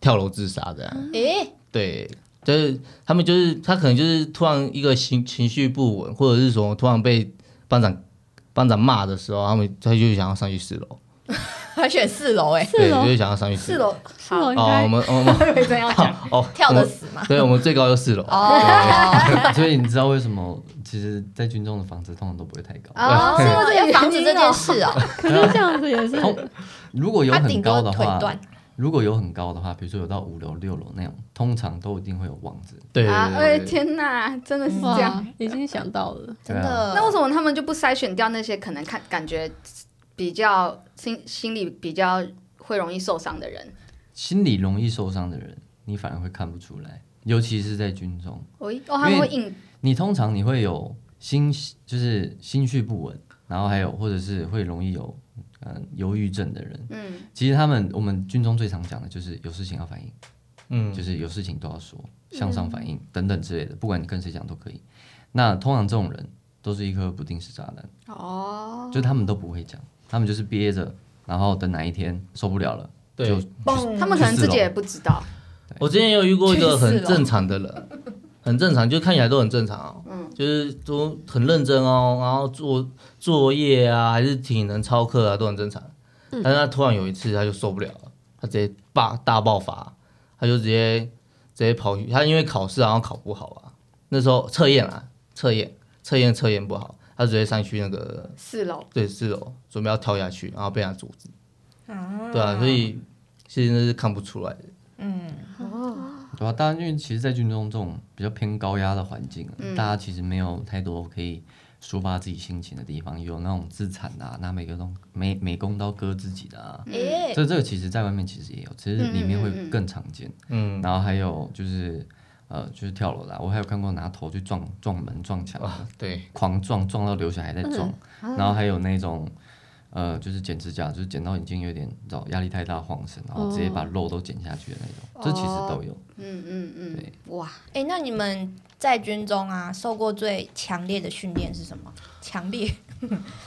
[SPEAKER 6] 跳楼自杀这样。
[SPEAKER 3] 嗯
[SPEAKER 4] 诶、
[SPEAKER 6] 对，就是他们就是他可能就是突然一个情情绪不稳，或者是说突然被班长班长骂的时候，他们他就想要上去四楼，
[SPEAKER 4] 他选四楼诶、
[SPEAKER 1] 四
[SPEAKER 6] 对，
[SPEAKER 1] 楼
[SPEAKER 6] 就想要上去
[SPEAKER 4] 四
[SPEAKER 6] 四。
[SPEAKER 4] 楼
[SPEAKER 1] 是我应
[SPEAKER 6] 哦，我
[SPEAKER 1] 该
[SPEAKER 6] 们哦我们
[SPEAKER 3] 会这样讲，
[SPEAKER 6] 哦，
[SPEAKER 4] 跳
[SPEAKER 6] 我
[SPEAKER 4] 得
[SPEAKER 6] 们
[SPEAKER 4] 死吗？
[SPEAKER 6] 对，我们最高就四楼。
[SPEAKER 4] 哦，
[SPEAKER 5] 所以你知道为什么？其实，在军中的房子通常都不会太高。
[SPEAKER 3] 哦
[SPEAKER 4] 是
[SPEAKER 3] 是
[SPEAKER 4] 因
[SPEAKER 3] 因
[SPEAKER 4] 为
[SPEAKER 3] 为
[SPEAKER 4] 这
[SPEAKER 3] 这
[SPEAKER 4] 个
[SPEAKER 3] 个
[SPEAKER 4] 房
[SPEAKER 3] 房
[SPEAKER 4] 子
[SPEAKER 3] 子
[SPEAKER 4] 这
[SPEAKER 3] 这
[SPEAKER 4] 件
[SPEAKER 3] 件
[SPEAKER 4] 事
[SPEAKER 3] 事
[SPEAKER 4] 哦，
[SPEAKER 1] 可是这样子也是
[SPEAKER 5] 通如 <laughs> 果有
[SPEAKER 4] 他
[SPEAKER 5] 很
[SPEAKER 4] 顶多
[SPEAKER 5] 高的
[SPEAKER 4] 腿
[SPEAKER 5] 话，
[SPEAKER 4] 断。
[SPEAKER 5] 如果有很高的话，比如说有到五楼、六楼那种，通常都一定会有网子。
[SPEAKER 6] <laughs> 对
[SPEAKER 3] 啊！哎
[SPEAKER 6] 对对对，
[SPEAKER 3] 天哪，真的是
[SPEAKER 1] <laughs>
[SPEAKER 3] 这样。
[SPEAKER 1] 哇，已经想到了，
[SPEAKER 4] 真
[SPEAKER 5] 对啊
[SPEAKER 4] 的。
[SPEAKER 3] 那为什么他们就不筛选掉那些可能看感觉比较心心理比较会容易受伤的人？
[SPEAKER 5] 心理容易受伤的人，你反而会看不出来，尤其是在军中，
[SPEAKER 3] 哦，哦他们会硬
[SPEAKER 5] 你通常你会有心就是心绪不稳，然后还有或者是会容易有嗯忧郁症的人。
[SPEAKER 3] 嗯，
[SPEAKER 5] 其实他们我们军中最常讲的就是有事情要反应。
[SPEAKER 6] 嗯，
[SPEAKER 5] 就是有事情都要说，向上反应
[SPEAKER 3] 嗯
[SPEAKER 5] 等等之类的，不管你跟谁讲都可以。那通常这种人都是一颗不定时炸弹，
[SPEAKER 3] 哦，
[SPEAKER 5] 就他们都不会讲，他们就是憋着，然后等哪一天受不了了，
[SPEAKER 6] 对
[SPEAKER 5] 就
[SPEAKER 4] 蹦
[SPEAKER 3] 他们可能自己也不知道，
[SPEAKER 6] 我之前有遇过一个很正常的人，很正常，就看起来都很正常哦，就是都很认真哦，然后做作业啊，还是体能操课啊，都很正常。但是他突然有一次他就受不了了，他直接大大爆发，他就直接直接跑去，他因为考试然后考不好啊，那时候测验啊，测验测验测验不好，他他直接上去那个
[SPEAKER 3] 四楼，
[SPEAKER 6] 对四楼，准备要跳下去，然后被他阻止。对啊，所以其实那是看不出来的。
[SPEAKER 5] 对啊，大家因为其实，在军中这种比较偏高压的环境，啊大家其实没有太多可以抒发自己心情的地方，有那种自残的、啊，拿每个东每每弓刀割自己的啊，
[SPEAKER 4] 哎，
[SPEAKER 5] 所以这个其实在外面其实也有，其实里面会更常见。
[SPEAKER 6] 嗯，
[SPEAKER 5] 然后还有就是呃，就是跳楼的啊、我还有看过拿头去撞撞门、撞墙的，
[SPEAKER 6] 啊，对，
[SPEAKER 5] 狂撞撞到流血还在撞，然后还有那种。呃，就是剪指甲，就是剪到已经有点，你知道压力太大晃神，然后直接把肉都剪下去的那种，这其实都有。
[SPEAKER 3] 嗯嗯嗯，哇，
[SPEAKER 4] 哎，那你们在军中啊，受过最强烈的训练是什么？强烈，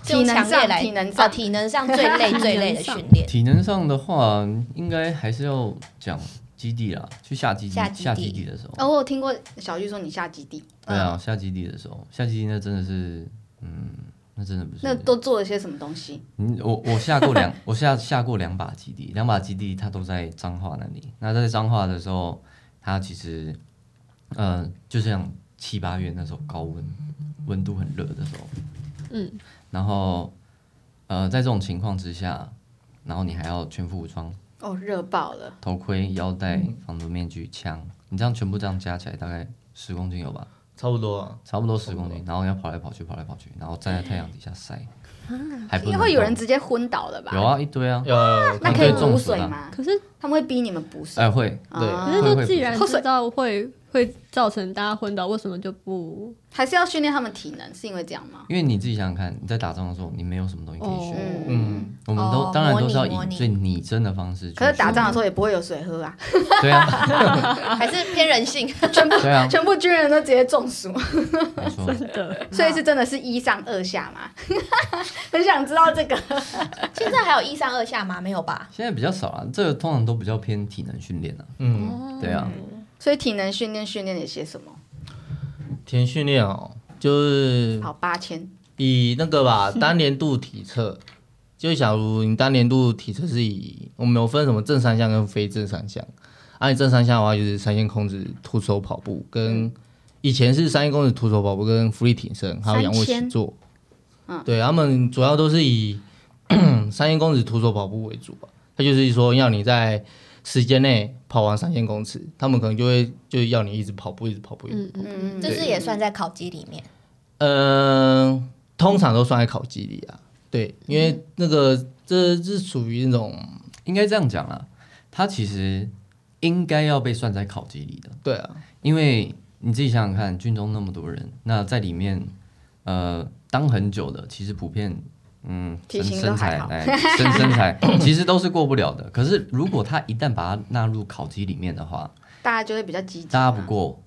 [SPEAKER 4] 是用
[SPEAKER 3] 体能
[SPEAKER 4] <laughs> 强烈
[SPEAKER 3] 上
[SPEAKER 4] 来
[SPEAKER 3] 体能
[SPEAKER 4] 哦
[SPEAKER 3] 上
[SPEAKER 4] 体能上最
[SPEAKER 3] <laughs>
[SPEAKER 4] 累最累的
[SPEAKER 1] 体能上
[SPEAKER 4] 训练。
[SPEAKER 5] 体能上的话，应该还是要讲基地啦，去下基地
[SPEAKER 4] 下基地
[SPEAKER 5] 基地的时候，
[SPEAKER 3] 哦，我有听过小玉说你下基地，
[SPEAKER 5] 对啊，下基地的时候，下基地那真的是，嗯，那真的不是。
[SPEAKER 3] 那都做了些什么东西？
[SPEAKER 5] 嗯我我下过两，我下下过两把基地，两把基地它都在彰化那里。那在彰化的时候，它其实，呃，就像七八月那时候高温，温度很热的时候，
[SPEAKER 1] 嗯，
[SPEAKER 5] 然后，呃，在这种情况之下，然后你还要全副武装，
[SPEAKER 3] 哦，热爆了，
[SPEAKER 5] 头盔、腰带、防毒面具、枪，你这样全部这样加起来大概十公斤有吧？
[SPEAKER 6] 差不多啊。
[SPEAKER 5] 差不多十公斤，然后你要跑来跑去，跑来跑去，然后站在太阳底下晒，还
[SPEAKER 3] 啊因
[SPEAKER 5] 不
[SPEAKER 3] 为
[SPEAKER 5] 能
[SPEAKER 3] 会有人
[SPEAKER 5] 动
[SPEAKER 3] 直接昏倒了吧？
[SPEAKER 5] 有啊，一堆啊，
[SPEAKER 6] 要要要
[SPEAKER 3] 那
[SPEAKER 5] 一
[SPEAKER 3] 可
[SPEAKER 5] 堆
[SPEAKER 3] 以
[SPEAKER 5] 中
[SPEAKER 3] 补
[SPEAKER 5] 暑
[SPEAKER 3] 水
[SPEAKER 5] 的啊？
[SPEAKER 3] 吗？
[SPEAKER 1] 可是
[SPEAKER 3] 他们会逼你们补水
[SPEAKER 5] 哎，会，
[SPEAKER 6] 对
[SPEAKER 3] 啊
[SPEAKER 1] 可是
[SPEAKER 5] 会
[SPEAKER 1] 说
[SPEAKER 5] 会
[SPEAKER 1] 既然
[SPEAKER 3] 不
[SPEAKER 1] 知道会会造成大家昏倒，为什么就不
[SPEAKER 3] 还是要训练他们体能，是因为这样吗？
[SPEAKER 5] 因为你自己想想看，你在打仗的时候，你没有什么东西
[SPEAKER 1] 哦
[SPEAKER 5] 可以学，
[SPEAKER 3] 嗯
[SPEAKER 6] 嗯，
[SPEAKER 5] 我们都、
[SPEAKER 4] 哦
[SPEAKER 5] 当然都是要
[SPEAKER 4] 模拟模
[SPEAKER 5] 以
[SPEAKER 4] 拟
[SPEAKER 5] 最拟真的方式去。
[SPEAKER 3] 可是打仗的时
[SPEAKER 5] 候，
[SPEAKER 3] 候也不会有水喝啊，<laughs>
[SPEAKER 5] 对啊，
[SPEAKER 4] 还是偏人性。
[SPEAKER 5] 对啊，
[SPEAKER 3] 全部军人都直接中暑，
[SPEAKER 5] 没错。
[SPEAKER 1] 的？
[SPEAKER 3] 所以是真的是一上二下嘛？ <laughs> 很想知道这个，
[SPEAKER 4] 现在还有一三二下吗？没有吧？
[SPEAKER 5] 现在比较少啊，这个通常都比较偏体能训练啊，
[SPEAKER 6] 嗯，
[SPEAKER 5] 对啊，
[SPEAKER 3] 所以体能训练训练了些什么？嗯
[SPEAKER 6] 田训练哦，就是
[SPEAKER 3] 跑八千，
[SPEAKER 6] 以那个吧，单年度体测，就假如你单年度体测是以我们有分什么正三项跟非正三项，按、你正三项的话就是三线控制、徒手跑步跟以前是三线控制、徒手跑步跟浮力挺身，还有仰卧起坐。对，他们主要都是以 <clears throat> 三线公尺徒手跑步为主吧。他就是说要你在时间内跑完三千公尺，他们可能就会就要你一直跑步，一直跑步，一直跑步
[SPEAKER 3] 嗯，
[SPEAKER 4] 这是也算在考级里面。
[SPEAKER 6] 嗯，通常都算在考绩里啊。对，因为那个这是属于那种
[SPEAKER 5] 应该这样讲啦。它其实应该要被算在考级里的，
[SPEAKER 6] 对啊，
[SPEAKER 5] 因为你自己想想看，军中那么多人，那在里面，呃，当很久的，其实普遍，嗯，
[SPEAKER 3] 体
[SPEAKER 5] 身
[SPEAKER 3] 型都
[SPEAKER 5] 身
[SPEAKER 3] 还
[SPEAKER 5] 材，
[SPEAKER 3] 好
[SPEAKER 5] 哎，身 <laughs> 身材其实都是过不了的。可是如果他一旦把它纳入考级里面的话，
[SPEAKER 3] 大家就会比较积极嘛。
[SPEAKER 5] 大家不过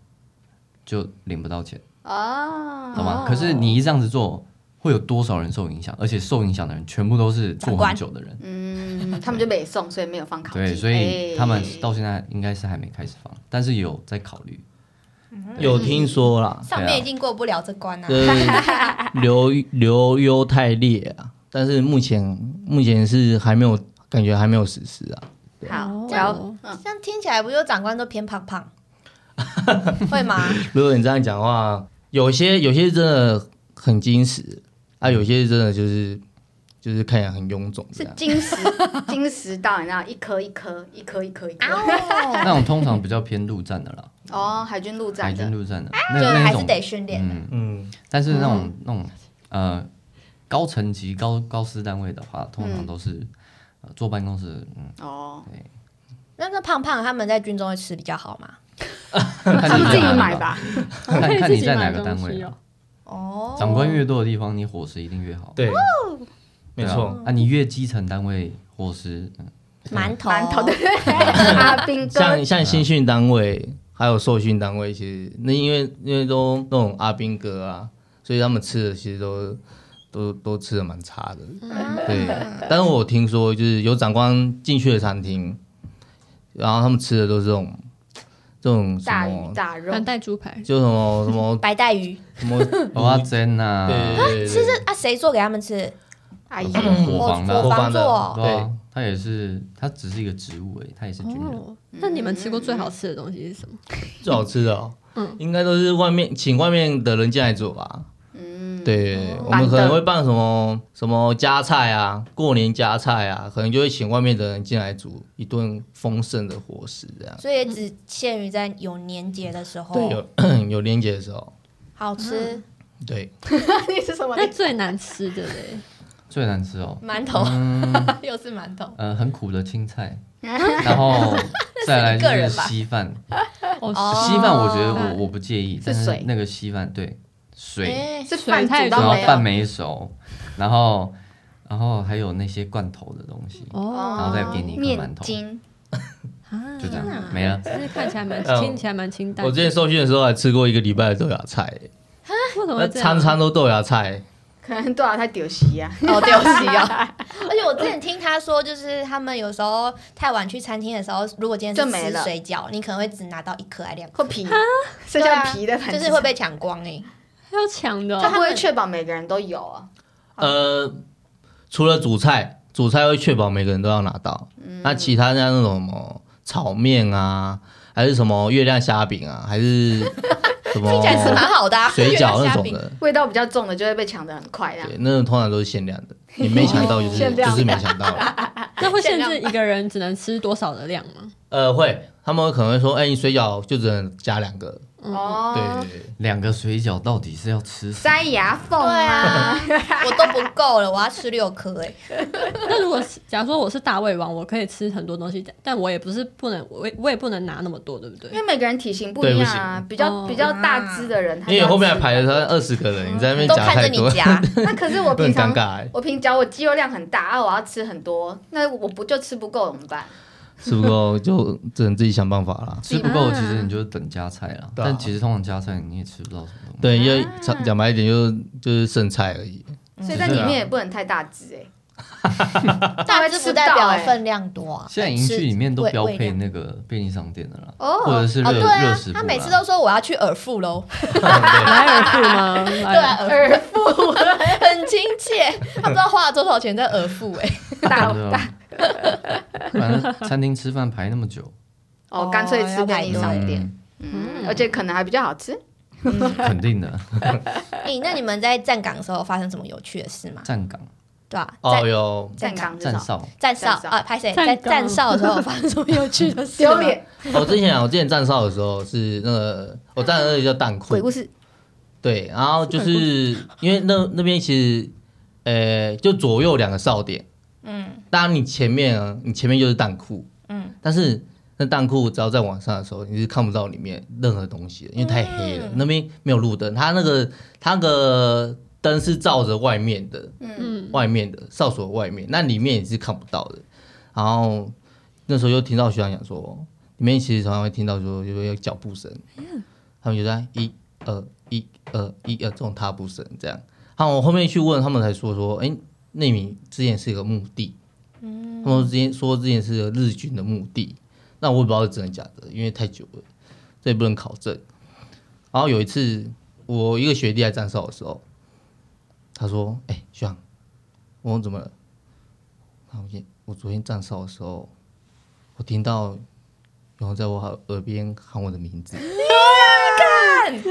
[SPEAKER 5] 就领不到钱，
[SPEAKER 3] 哦，
[SPEAKER 5] 懂吗？可是你一这样子做，会有多少人受影响？而且受影响的人全部都是做
[SPEAKER 4] 长官
[SPEAKER 5] 很久的人，
[SPEAKER 3] 嗯，他们就没送，所以没有放考
[SPEAKER 5] 对，
[SPEAKER 3] 绩，
[SPEAKER 5] 所以
[SPEAKER 3] 哎
[SPEAKER 5] 他们到现在应该是还没开始放，但是有在考虑。
[SPEAKER 6] 有听说 <laughs> 啦，
[SPEAKER 5] 啊
[SPEAKER 4] 上面已经过不了这关啊。
[SPEAKER 6] 就是留留优太烈啊，但是目前目前是还没有感觉还没有实施啊。
[SPEAKER 3] 好，然后
[SPEAKER 1] 哦
[SPEAKER 5] 啊
[SPEAKER 4] 这样听起来不就长官都偏胖
[SPEAKER 5] <laughs>
[SPEAKER 4] 胖？会吗？
[SPEAKER 6] 如果你这样讲的话，有些有些真的很矜持啊，有些真的就是就是看起来很臃肿这
[SPEAKER 3] 是
[SPEAKER 6] 样。
[SPEAKER 3] 金石，金石到你知道一颗一颗一颗一颗一颗，
[SPEAKER 4] 啊
[SPEAKER 5] 那种通常比较偏陆战的啦，
[SPEAKER 3] 哦，海军陆
[SPEAKER 5] 海
[SPEAKER 3] 战
[SPEAKER 5] 军
[SPEAKER 3] 的，
[SPEAKER 5] 陆战的，那
[SPEAKER 4] 啊就
[SPEAKER 5] 那
[SPEAKER 4] 还
[SPEAKER 5] 种
[SPEAKER 4] 是得训练的。
[SPEAKER 5] 嗯，
[SPEAKER 6] 嗯，
[SPEAKER 5] 但是那种、那种呃高层级高高师单位的话，通
[SPEAKER 4] 嗯
[SPEAKER 5] 常都是、呃坐办公室，
[SPEAKER 4] <laughs>
[SPEAKER 5] 嗯，
[SPEAKER 3] 哦，
[SPEAKER 4] 那那胖胖他们在军中会吃比较好吗？
[SPEAKER 3] 他
[SPEAKER 5] 看你
[SPEAKER 3] 们自己
[SPEAKER 5] 在哪
[SPEAKER 3] 买
[SPEAKER 5] 里
[SPEAKER 3] 吧，
[SPEAKER 5] 吧，看
[SPEAKER 1] 可以 <laughs>
[SPEAKER 5] 看
[SPEAKER 1] 自
[SPEAKER 5] 你
[SPEAKER 1] 己
[SPEAKER 5] 在
[SPEAKER 1] 买
[SPEAKER 5] 哪个单
[SPEAKER 1] 东
[SPEAKER 5] 位
[SPEAKER 1] 西
[SPEAKER 5] 啊、
[SPEAKER 1] 哦
[SPEAKER 4] 哦，
[SPEAKER 5] 长官越多的地方，你伙食一定越好。
[SPEAKER 6] 对，没
[SPEAKER 5] 对啊
[SPEAKER 6] 错，
[SPEAKER 5] 啊，你越基层单位伙食，嗯
[SPEAKER 4] 馒头，
[SPEAKER 3] 馒头对，阿兵哥
[SPEAKER 6] 像像新训单位还有受训单位，其实那因为因为都那种阿兵哥啊，所以他们吃的其实都都都吃的蛮差的。
[SPEAKER 4] 嗯
[SPEAKER 6] 对，但是我听说就是有长官进去的餐厅，然后他们吃的都是这种这种什
[SPEAKER 3] 大鱼
[SPEAKER 6] 么，
[SPEAKER 3] 大肉
[SPEAKER 1] 蓝，带猪排，
[SPEAKER 6] 就什么什么
[SPEAKER 4] 白带鱼。
[SPEAKER 6] 什么，
[SPEAKER 5] 蚵仔煎呐，
[SPEAKER 6] 对
[SPEAKER 4] <coughs>
[SPEAKER 6] 对对
[SPEAKER 4] 其实
[SPEAKER 6] 对，
[SPEAKER 4] 啊，谁做给他们吃？
[SPEAKER 3] 阿姨，
[SPEAKER 5] 伙
[SPEAKER 4] 哎我
[SPEAKER 5] 房的啊
[SPEAKER 4] 我
[SPEAKER 6] 伙
[SPEAKER 4] 房
[SPEAKER 6] 房的
[SPEAKER 4] 做。
[SPEAKER 5] 对啊，它也是，它只是一个职务诶，它也是军人。
[SPEAKER 1] 哦，那你们吃过最好吃的东西是什么？
[SPEAKER 6] 最好吃的哦，应该都是外面请外面的人进来做吧。
[SPEAKER 3] <laughs> 嗯，
[SPEAKER 6] 对，我们可能会办什么什么家菜啊，过年家菜啊，可能就会请外面的人进来煮一顿丰盛的伙食，这样。
[SPEAKER 4] 所以也只限于在有年节的时候，
[SPEAKER 6] 对，有 <clears throat> 有年节的时候，
[SPEAKER 4] 好吃
[SPEAKER 6] 对，
[SPEAKER 3] 你是什么？
[SPEAKER 1] 那最难吃的嘞，
[SPEAKER 5] 最难吃哦，
[SPEAKER 4] 馒头，
[SPEAKER 5] 嗯
[SPEAKER 4] <laughs> 又是馒头。
[SPEAKER 5] 呃，很苦的青
[SPEAKER 4] <laughs>
[SPEAKER 5] 菜，然后再来就
[SPEAKER 4] 个
[SPEAKER 5] 是
[SPEAKER 4] 人吧
[SPEAKER 5] 稀饭，
[SPEAKER 1] <laughs> 哦，
[SPEAKER 5] 稀饭我觉得我我不介意，但是
[SPEAKER 3] 水
[SPEAKER 5] 那个稀饭对水，
[SPEAKER 4] 哎
[SPEAKER 3] 是饭煮
[SPEAKER 5] 然
[SPEAKER 3] 到
[SPEAKER 5] 后
[SPEAKER 3] 没
[SPEAKER 5] 饭
[SPEAKER 3] 有？
[SPEAKER 5] 没熟，然后然后还有那些罐头的东西，
[SPEAKER 1] 哦，
[SPEAKER 5] 然后再给你一个馒
[SPEAKER 3] 哦面
[SPEAKER 5] 头，
[SPEAKER 3] 筋， <laughs>
[SPEAKER 1] 啊
[SPEAKER 5] 就这
[SPEAKER 1] 天哪
[SPEAKER 5] 样没了。
[SPEAKER 1] 只是看起来蛮
[SPEAKER 6] 嗯
[SPEAKER 1] 听起来蛮清淡的。
[SPEAKER 6] 我之前受训的时候还吃过一个礼拜的豆芽菜，
[SPEAKER 1] 为什么
[SPEAKER 6] 那
[SPEAKER 1] 会这样
[SPEAKER 6] 餐餐都豆芽菜，
[SPEAKER 3] 可能多少太丢席呀。 <laughs>
[SPEAKER 4] 哦，对不起啊！ <laughs> 而且我之前听他说，就是他们有时候太晚去餐厅的时候，如果今天
[SPEAKER 3] 就是没
[SPEAKER 4] 吃
[SPEAKER 3] 了
[SPEAKER 4] 水饺，你可能会只拿到一颗还
[SPEAKER 3] <laughs>
[SPEAKER 4] 两颗，
[SPEAKER 3] 或皮，剩下皮的盘
[SPEAKER 4] 就
[SPEAKER 3] 子
[SPEAKER 4] 是会被抢光哎、
[SPEAKER 1] 要抢的
[SPEAKER 3] 他
[SPEAKER 1] 哦，
[SPEAKER 3] 不会确保每个人都有啊。
[SPEAKER 4] 哦
[SPEAKER 6] 呃，除了主菜，主菜会确保每个人都要拿到。
[SPEAKER 4] 嗯
[SPEAKER 6] 那其他像那种什么炒面啊，还是什么月亮虾饼啊，还是什么
[SPEAKER 4] <laughs>
[SPEAKER 3] 哦
[SPEAKER 4] 听起来是蛮好的、啊。
[SPEAKER 6] 水饺那
[SPEAKER 4] 虾
[SPEAKER 6] 种
[SPEAKER 4] 饼
[SPEAKER 6] 的，
[SPEAKER 3] 味道比较重的就会被抢得很快这样
[SPEAKER 6] 对，那种通常都是限量的，你没抢到就是
[SPEAKER 3] 限量
[SPEAKER 6] 就是没抢到了。
[SPEAKER 1] 那会限制一个人只能吃多少的量吗？ <laughs>
[SPEAKER 6] 呃，会，他们可能会说，哎、你水饺就只能加两个，对
[SPEAKER 3] 哦，
[SPEAKER 6] 对对。
[SPEAKER 5] 两个水饺到底是要吃什么？
[SPEAKER 3] 塞牙缝
[SPEAKER 4] 对 <laughs>
[SPEAKER 3] 啊， <laughs>
[SPEAKER 4] 啊，我都不够了，我要吃六颗哎、
[SPEAKER 1] 那如果是假如说我是大胃王，我可以吃很多东西，但但我也不是不能，我也我也不能拿那么多，对不对
[SPEAKER 3] 因？为每个人体型不一样啊，比较
[SPEAKER 1] 哦
[SPEAKER 3] 比较大只的人，他
[SPEAKER 6] 因为
[SPEAKER 3] 就要
[SPEAKER 6] 后面还
[SPEAKER 3] 吃
[SPEAKER 6] 排了他二十个人，你在那边
[SPEAKER 4] 都
[SPEAKER 6] 讲
[SPEAKER 4] 看
[SPEAKER 6] 太
[SPEAKER 4] 着你
[SPEAKER 6] 多，
[SPEAKER 5] <laughs>
[SPEAKER 4] 夹，
[SPEAKER 3] 那可是我
[SPEAKER 6] 会
[SPEAKER 3] 平
[SPEAKER 6] 很尴
[SPEAKER 3] 常
[SPEAKER 6] 尬、欸，
[SPEAKER 3] 我平常我肌肉量很大啊，我要吃很多，那我不就吃不够怎么办？
[SPEAKER 6] 是不够就只能自己想办法啦。
[SPEAKER 5] 吃不够，其实你就等加菜啦。
[SPEAKER 6] 对啊
[SPEAKER 5] 但其实通常加菜你也吃不到什么
[SPEAKER 3] 哎
[SPEAKER 5] 东西。
[SPEAKER 6] 对，因为
[SPEAKER 3] 啊
[SPEAKER 6] 讲讲白一点，就是就是剩菜而已。
[SPEAKER 3] 所以在里面也不能太大只哎、
[SPEAKER 4] 大只不代表分量多啊。
[SPEAKER 5] 现在营区里面都
[SPEAKER 4] 是
[SPEAKER 5] 标
[SPEAKER 4] 喂喂
[SPEAKER 5] 配
[SPEAKER 4] 量
[SPEAKER 5] 那个便利商店的啦，
[SPEAKER 3] 哦
[SPEAKER 5] 或者是热
[SPEAKER 4] 哦，对
[SPEAKER 5] 热
[SPEAKER 4] 啊
[SPEAKER 5] 食，部
[SPEAKER 4] 他
[SPEAKER 5] 啦
[SPEAKER 4] 每次都说我要去耳腹喽，
[SPEAKER 3] <laughs>
[SPEAKER 1] 来尔富吗？
[SPEAKER 4] 对啊
[SPEAKER 1] 来，
[SPEAKER 4] 耳腹 <laughs> 很亲切，他不知道花了多少钱在耳腹哎、
[SPEAKER 3] 大
[SPEAKER 5] 真的啊反正餐厅吃饭排那么久，
[SPEAKER 3] 哦，干脆吃便利商店，
[SPEAKER 5] 嗯
[SPEAKER 3] 嗯，而且可能还比较好吃。
[SPEAKER 5] 肯定的。
[SPEAKER 4] 哎、那你们在站岗的时候发生什么有趣的事吗？
[SPEAKER 5] 站岗、
[SPEAKER 4] 对啊，在
[SPEAKER 6] 哦哟，
[SPEAKER 3] 站岗至
[SPEAKER 5] 站
[SPEAKER 3] 少
[SPEAKER 5] 哨，
[SPEAKER 4] 站哨
[SPEAKER 3] 站哨
[SPEAKER 4] 啊，拍谁？
[SPEAKER 1] 站
[SPEAKER 4] 在
[SPEAKER 1] 岗
[SPEAKER 4] 站哨的时候发生什么有趣的事？
[SPEAKER 3] 丢。脸
[SPEAKER 6] 我之前啊我之前站哨的时候是那个，我站的那里叫弹库
[SPEAKER 3] 鬼，故事，
[SPEAKER 6] 对，然后就是因为那那边其实，呃，就左右两个哨点，嗯，当然你前面啊，你前面就是弹库，嗯，但是那弹库只要在晚上的时候，你是看不到里面任何东西的，因为太黑了，那边没有路灯，它那个它那个灯是照着外面的，
[SPEAKER 1] 嗯，
[SPEAKER 6] 外面的哨所外面，那里面也是看不到的。然后那时候又听到学长讲说，里面其实常常会听到说有有脚步声，他们就在一二一二呃一二这种踏步声这样。然后我后面去问他们才说说，哎、那米之前是个墓地，他们之前说之前是个日军的墓地，那我也不知道是真的假的，因为太久了，这也不能考证。然后有一次，我一个学弟在站哨的时候，他说：“哎、学长，我说怎么了？然后我今我昨天站哨的时候，我听到有人在我耳耳边喊我的名字。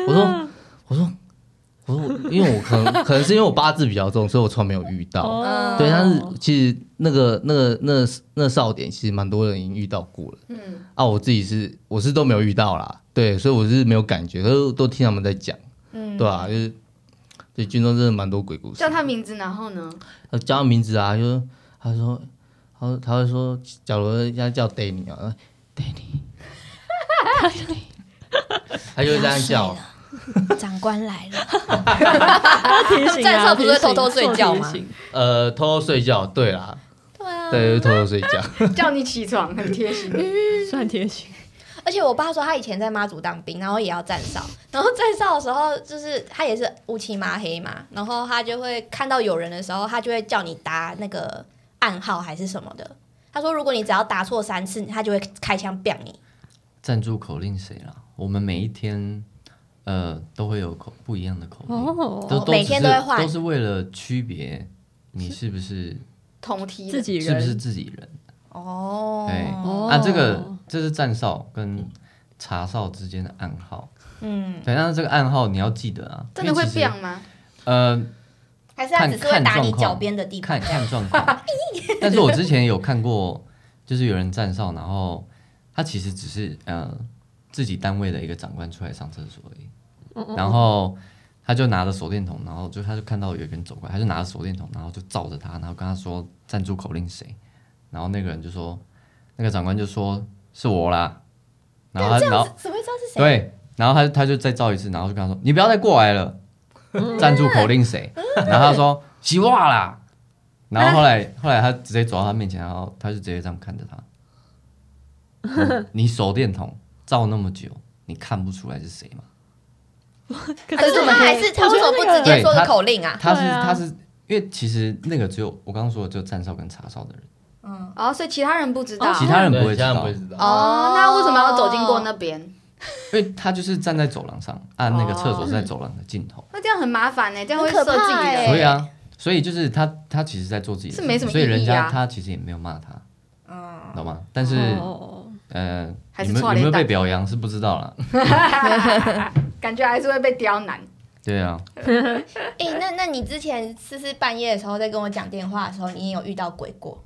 [SPEAKER 6] 我说，我说，我说我，因为我可能可能是因为我八字比较重，所以我从来没有遇到。
[SPEAKER 1] 哦
[SPEAKER 6] 对，但是其实那个那个那那哨点，其实蛮多人已经遇到过了。
[SPEAKER 3] 嗯，
[SPEAKER 6] 啊，我自己是我是都没有遇到啦，对，所以我是没有感觉，可是都听他们在讲，嗯，对啊，就是对军中真的蛮多鬼故事。
[SPEAKER 3] 叫他名字，然后呢？
[SPEAKER 6] 呃，叫他名字啊，就是他说，他说他会说，假如人家叫 Danny 啊，Danny，他就会这样叫，
[SPEAKER 4] 啊长官来
[SPEAKER 6] <laughs>
[SPEAKER 4] 了，
[SPEAKER 1] 提醒啊
[SPEAKER 4] 站哨不是会偷偷
[SPEAKER 1] 提醒
[SPEAKER 4] 睡觉吗
[SPEAKER 1] 做提醒
[SPEAKER 6] 呃，偷偷睡觉，对啦，
[SPEAKER 4] 对啊。
[SPEAKER 6] 对，偷偷睡觉，
[SPEAKER 3] 叫你起床，很贴心。
[SPEAKER 1] 算贴心，
[SPEAKER 4] 而且我爸说他以前在妈祖当兵，然后也要站哨，然后站哨的时候就是他也是乌漆麻黑嘛，然后他就会看到有人的时候，他就会叫你打那个暗号还是什么的。他说如果你只要打错三次，他就会开枪毙你。
[SPEAKER 5] 站住口令谁啦？我们每一天呃都会有口不一样的口令，
[SPEAKER 1] 哦
[SPEAKER 5] 都都
[SPEAKER 4] 每天
[SPEAKER 5] 只是
[SPEAKER 4] 都会换
[SPEAKER 5] 都是为了区别你是不是
[SPEAKER 3] 同梯
[SPEAKER 1] 自
[SPEAKER 3] 的，
[SPEAKER 1] 己
[SPEAKER 5] 是不
[SPEAKER 1] 人
[SPEAKER 5] 是自己人。
[SPEAKER 4] 哦
[SPEAKER 5] 对，
[SPEAKER 6] 哎
[SPEAKER 1] 哦
[SPEAKER 5] 啊，这个这是站哨跟茶哨之间的暗号。
[SPEAKER 4] 嗯，
[SPEAKER 5] 对，那这个暗号你要记得啊，
[SPEAKER 3] 真的会
[SPEAKER 5] 因为其实
[SPEAKER 3] 变吗？
[SPEAKER 5] 呃，
[SPEAKER 4] 还是他只是会
[SPEAKER 5] 看看
[SPEAKER 4] 打
[SPEAKER 5] 状
[SPEAKER 4] 你
[SPEAKER 5] 况
[SPEAKER 4] 脚边的地
[SPEAKER 5] 看
[SPEAKER 4] 方？
[SPEAKER 5] 看
[SPEAKER 4] <laughs>
[SPEAKER 5] 状况。但是我之前有看过，就是有人站哨，然后他其实只是呃自己单位的一个长官出来上厕所而已，
[SPEAKER 4] 嗯
[SPEAKER 5] 然后他就拿着手电筒，然后就他就看到有一个人走过来，他就拿着手电筒，然后就照着他，然后跟他说站住口令谁，然后那个人就说，那个长官就说是我啦，然
[SPEAKER 4] 哎
[SPEAKER 5] 后他然后
[SPEAKER 4] 怎么会知道是谁？
[SPEAKER 5] 对，然后他他就再照一次，然后就跟他说：“你不要再过来了，
[SPEAKER 4] 嗯
[SPEAKER 5] 站住口令谁？”然后他说：“洗袜啦。”然后后来后来他直接走到他面前，然后他就直接这样看着他：“嗯你手电筒照那么久，你看不出来是谁吗
[SPEAKER 4] 可
[SPEAKER 1] 可啊是
[SPEAKER 4] 是他还是他为什么不直接说是口令？”啊？
[SPEAKER 5] 他是
[SPEAKER 1] 对啊
[SPEAKER 5] 他是因为其实那个只有我刚刚说的只有站哨跟查哨的人，
[SPEAKER 3] 哦，所以其他人不知道。
[SPEAKER 5] 其他人不会
[SPEAKER 6] 对
[SPEAKER 5] 知
[SPEAKER 6] 家人
[SPEAKER 5] 道
[SPEAKER 6] 不，会知道。
[SPEAKER 3] 哦，那为什么要走经过那边？
[SPEAKER 5] 因为他就是站在走廊上，按那个厕所是
[SPEAKER 4] 哦
[SPEAKER 5] 在走廊的尽头，
[SPEAKER 3] 那这样很麻烦呢，这样会
[SPEAKER 4] 很可
[SPEAKER 3] 射
[SPEAKER 4] 怕
[SPEAKER 3] 自己
[SPEAKER 4] 欸
[SPEAKER 3] 的。
[SPEAKER 5] 所以啊。所以就是他，他其实在做自己的事，
[SPEAKER 3] 哎是没什么
[SPEAKER 5] 所以人
[SPEAKER 3] 意义
[SPEAKER 5] 家
[SPEAKER 3] 啊嗯
[SPEAKER 5] 他其实也没有骂他，懂吗？但是、
[SPEAKER 1] 哦，
[SPEAKER 5] 呃，
[SPEAKER 3] 还
[SPEAKER 5] 你
[SPEAKER 3] 是
[SPEAKER 5] 们
[SPEAKER 3] 错
[SPEAKER 5] 有没有
[SPEAKER 3] 连带
[SPEAKER 5] 被表扬是不知道啦。
[SPEAKER 3] <laughs> 感觉还是会被刁难。
[SPEAKER 5] 对啊，
[SPEAKER 4] 哎、那那你之前思思半夜的时候在跟我讲电话的时候，你也有遇到鬼过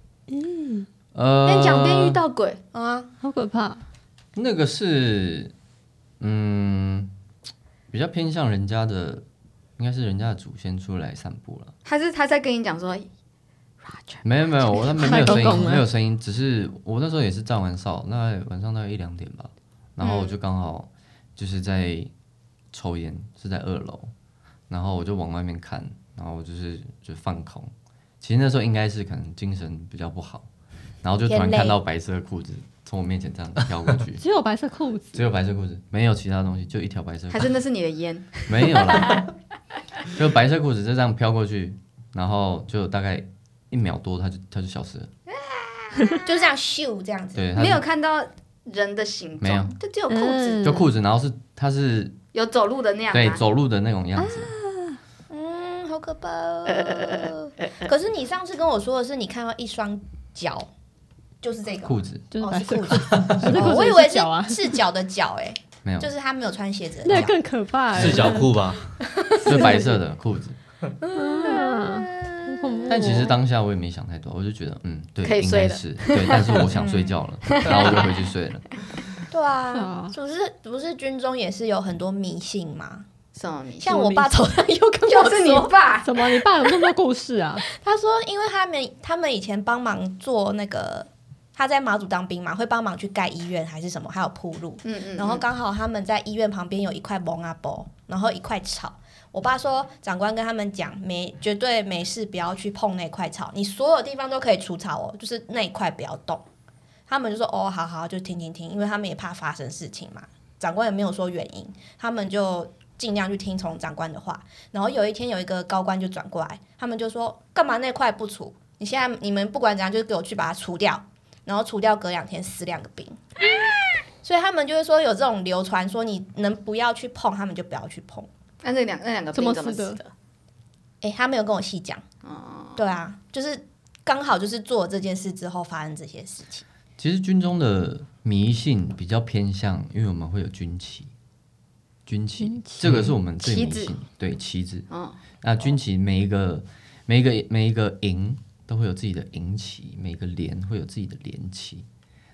[SPEAKER 5] <laughs> 呃，
[SPEAKER 3] 边讲边遇到鬼，
[SPEAKER 4] 啊？
[SPEAKER 1] 好可怕！
[SPEAKER 5] 那个是，嗯，比较偏向人家的，应该是人家的祖先出来散步了。
[SPEAKER 3] 还是他在跟你讲说，
[SPEAKER 5] 嗯没有没有，我那没没
[SPEAKER 1] 太
[SPEAKER 5] 有声
[SPEAKER 1] 公
[SPEAKER 5] 音，
[SPEAKER 1] 公了，
[SPEAKER 5] 没有声音，只是我那时候也是站完哨，那晚上大概一两点吧，然后我就刚好就是在抽烟，是在二楼，然后我就往外面看，然后我就是就放空。其实那时候应该是可能精神比较不好，然后就突然
[SPEAKER 4] 偏累
[SPEAKER 5] 看到白色的裤子从我面前这样飘过去 <laughs>
[SPEAKER 1] 只有白色裤子，
[SPEAKER 5] 只有白色裤子，没有其他东西，就一条白色裤子
[SPEAKER 3] 还。是那是你的烟？
[SPEAKER 5] 没有啦， <laughs> 就白色裤子就这样飘过去，然后就大概一秒多，它就它就消失了。
[SPEAKER 4] 就这样咻这样子，
[SPEAKER 5] 对，它
[SPEAKER 3] 没
[SPEAKER 5] 是
[SPEAKER 3] 有看到人的形
[SPEAKER 5] 没有
[SPEAKER 3] 状，就只有裤子，
[SPEAKER 5] 就裤子，然后是它是
[SPEAKER 3] 有走路的那样啊
[SPEAKER 5] 对
[SPEAKER 3] 吗？啊
[SPEAKER 5] 走路的那种样子，
[SPEAKER 4] 嗯，好可怕、哦。可是你上次跟我说的是，你看到一双脚，就是这个
[SPEAKER 5] 裤子
[SPEAKER 1] 就是
[SPEAKER 4] 哦
[SPEAKER 1] 白
[SPEAKER 4] 是
[SPEAKER 1] 色
[SPEAKER 4] 裤
[SPEAKER 1] 裤
[SPEAKER 4] 子
[SPEAKER 1] 子，，
[SPEAKER 5] <laughs>
[SPEAKER 1] 白色裤
[SPEAKER 4] 哦
[SPEAKER 1] 子
[SPEAKER 4] 我以为
[SPEAKER 1] 是脚啊
[SPEAKER 4] 是赤脚的脚，哎，
[SPEAKER 5] 没有，
[SPEAKER 4] 就是他没有穿鞋子的
[SPEAKER 1] 那
[SPEAKER 4] 脚。
[SPEAKER 1] 更可怕欸，
[SPEAKER 6] 四角裤吧，
[SPEAKER 5] 就白色的裤
[SPEAKER 3] 嗯
[SPEAKER 5] 子。
[SPEAKER 1] 啊，很恐怖
[SPEAKER 5] 但其实当下我也没想太多，我就觉得嗯，对
[SPEAKER 3] 可，以
[SPEAKER 5] 应
[SPEAKER 3] 睡
[SPEAKER 5] 该
[SPEAKER 3] 了
[SPEAKER 5] 是对，但是我想睡觉
[SPEAKER 3] <laughs>
[SPEAKER 5] 了，然后我就回去睡了。
[SPEAKER 4] 对
[SPEAKER 1] 是
[SPEAKER 4] 啊
[SPEAKER 1] 啊，
[SPEAKER 4] 不是不是军中也是有很多迷信吗？
[SPEAKER 3] 什么
[SPEAKER 4] <laughs>
[SPEAKER 3] 迷信？
[SPEAKER 4] 像我爸头上又跟
[SPEAKER 3] 就
[SPEAKER 4] 我
[SPEAKER 3] 是你
[SPEAKER 4] 说，
[SPEAKER 3] 爸，
[SPEAKER 1] 怎么？你爸有那么多故事啊？
[SPEAKER 4] 他说因为他们他们以前帮忙做那个。他在马祖当兵嘛，会帮忙去盖医院还是什么，还有铺路。
[SPEAKER 3] 嗯嗯，
[SPEAKER 4] 然后刚好他们在医院旁边有一块蒙阿波，然后一块草。我爸说，长官跟他们讲，没绝对没事，不要去碰那块草，你所有地方都可以除草哦，就是那一块不要动。他们就说，哦，好好，就听听听，因为他们也怕发生事情嘛。长官也没有说原因，他们就尽量去听从长官的话。然后有一天有一个高官就转过来，他们就说，干嘛那块不除？你现在你们不管怎样，就给我去把它除掉，然后除掉，隔两天死两个 <laughs> 兵。所以他们就会说有这种流传，说你能不要去碰，他们就不要去碰。
[SPEAKER 3] 那那两那两个
[SPEAKER 1] 怎
[SPEAKER 3] 兵
[SPEAKER 1] 么
[SPEAKER 3] 怎么
[SPEAKER 1] 死
[SPEAKER 3] 死
[SPEAKER 1] 的
[SPEAKER 3] 的？
[SPEAKER 4] 诶，他没有跟我细讲。对啊，就是刚好就是做了这件事之后发生这些事情。
[SPEAKER 5] 其实军中的迷信比较偏向，因为我们会有军旗，军旗，这个是我们最迷
[SPEAKER 3] 旗
[SPEAKER 5] 信
[SPEAKER 3] 子，
[SPEAKER 5] 对旗子。
[SPEAKER 3] 嗯
[SPEAKER 5] 那军旗每一个每一个每一个营都会有自己的营旗，每个连会有自己的连旗。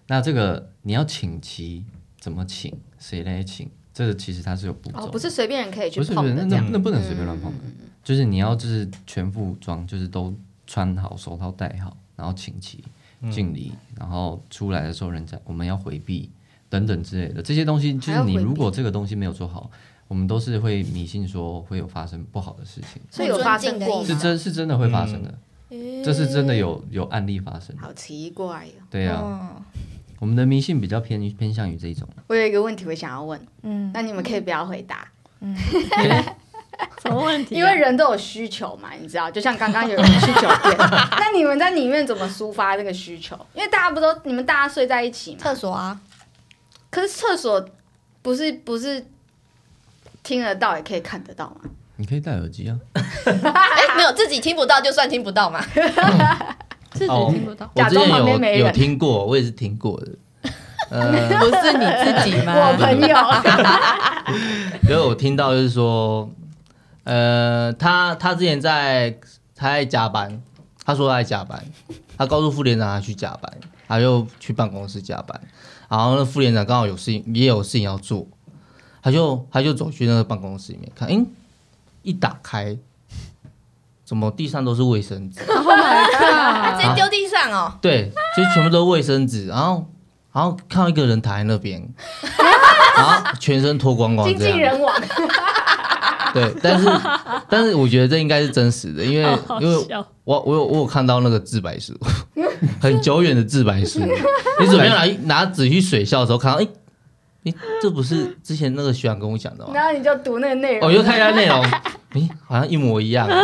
[SPEAKER 5] 那这个你要请旗，怎么请，谁来请，这个其实它是有步骤的、
[SPEAKER 3] 哦，不是随便人可以去
[SPEAKER 5] 不是
[SPEAKER 3] 碰
[SPEAKER 5] 不
[SPEAKER 3] 的
[SPEAKER 5] 是
[SPEAKER 3] 这
[SPEAKER 5] 那
[SPEAKER 3] 样。嗯
[SPEAKER 5] 那那不能随便乱碰的，就是你要就是全副武装，就是都穿好，手套戴好，然后请旗敬礼，然后出来的时候人家我们要回避等等之类的这些东西，就
[SPEAKER 3] 还要
[SPEAKER 5] 是
[SPEAKER 3] 回
[SPEAKER 5] 你
[SPEAKER 3] 避
[SPEAKER 5] 如果这个东西没有做好，我们都是会迷信说会有发生不好的事情，
[SPEAKER 3] 所以有发生过
[SPEAKER 4] 嗯
[SPEAKER 5] 是
[SPEAKER 3] 吗？
[SPEAKER 5] 真是真的会发生的，这是真的有有案例发生的，
[SPEAKER 3] 好奇怪哦哟！
[SPEAKER 5] 对呀、我们的迷信比较偏偏向于这一种，
[SPEAKER 3] 我有一个问题我想要问，
[SPEAKER 4] 嗯，
[SPEAKER 3] 那你们可以不要回答，
[SPEAKER 1] 什么问题啊？
[SPEAKER 3] 因为人都有需求嘛，你知道，就像刚刚有人去酒店，那你们在里面怎么抒发这个需求？因为大家不都你们大家睡在一起嘛，
[SPEAKER 4] 厕所啊，
[SPEAKER 3] 可是厕所不是不是听得到也可以看得到嘛？
[SPEAKER 5] 你可以戴耳机啊，
[SPEAKER 4] 诶，没有自己听不到就算听不到 <laughs> 嘛。
[SPEAKER 1] 自己听不到，
[SPEAKER 6] 我
[SPEAKER 3] 假
[SPEAKER 6] 之
[SPEAKER 3] 装旁边
[SPEAKER 6] 前
[SPEAKER 3] 没人
[SPEAKER 6] 有有听过，我也是听过的。呃，
[SPEAKER 7] 不是你
[SPEAKER 1] <laughs> 啊
[SPEAKER 7] 自己吗？
[SPEAKER 3] 我朋友
[SPEAKER 6] 因为我听到就是说，呃，他他之前在他在加班，他说他在加班，他告诉副连长他去加班，他又去办公室加班，然后那副连长刚好有事情也有事情要做，他就他就走去那个办公室里面看，诶，一打开，怎么地上都是卫生纸？
[SPEAKER 4] 他直接丢地上哦，
[SPEAKER 6] 对，就全部都是卫生纸，然后然后看到一个人躺在那边，然后全身脱光光
[SPEAKER 3] 精
[SPEAKER 6] 这
[SPEAKER 3] 尽
[SPEAKER 6] 样，
[SPEAKER 3] 人亡，
[SPEAKER 6] 对，但是但是我觉得这应该是真实的，因为
[SPEAKER 1] 好
[SPEAKER 6] 因为
[SPEAKER 1] 笑，
[SPEAKER 6] 我我有我有看到那个自白书，很久远的自白书，你准备拿拿纸去水校的时候看到，哎、哎、这不是之前那个学长跟我讲的吗？
[SPEAKER 3] 然后你就读那个内
[SPEAKER 6] 我、
[SPEAKER 3] 容
[SPEAKER 6] 哦、，又看一下内容，哎、好像一模一样、啊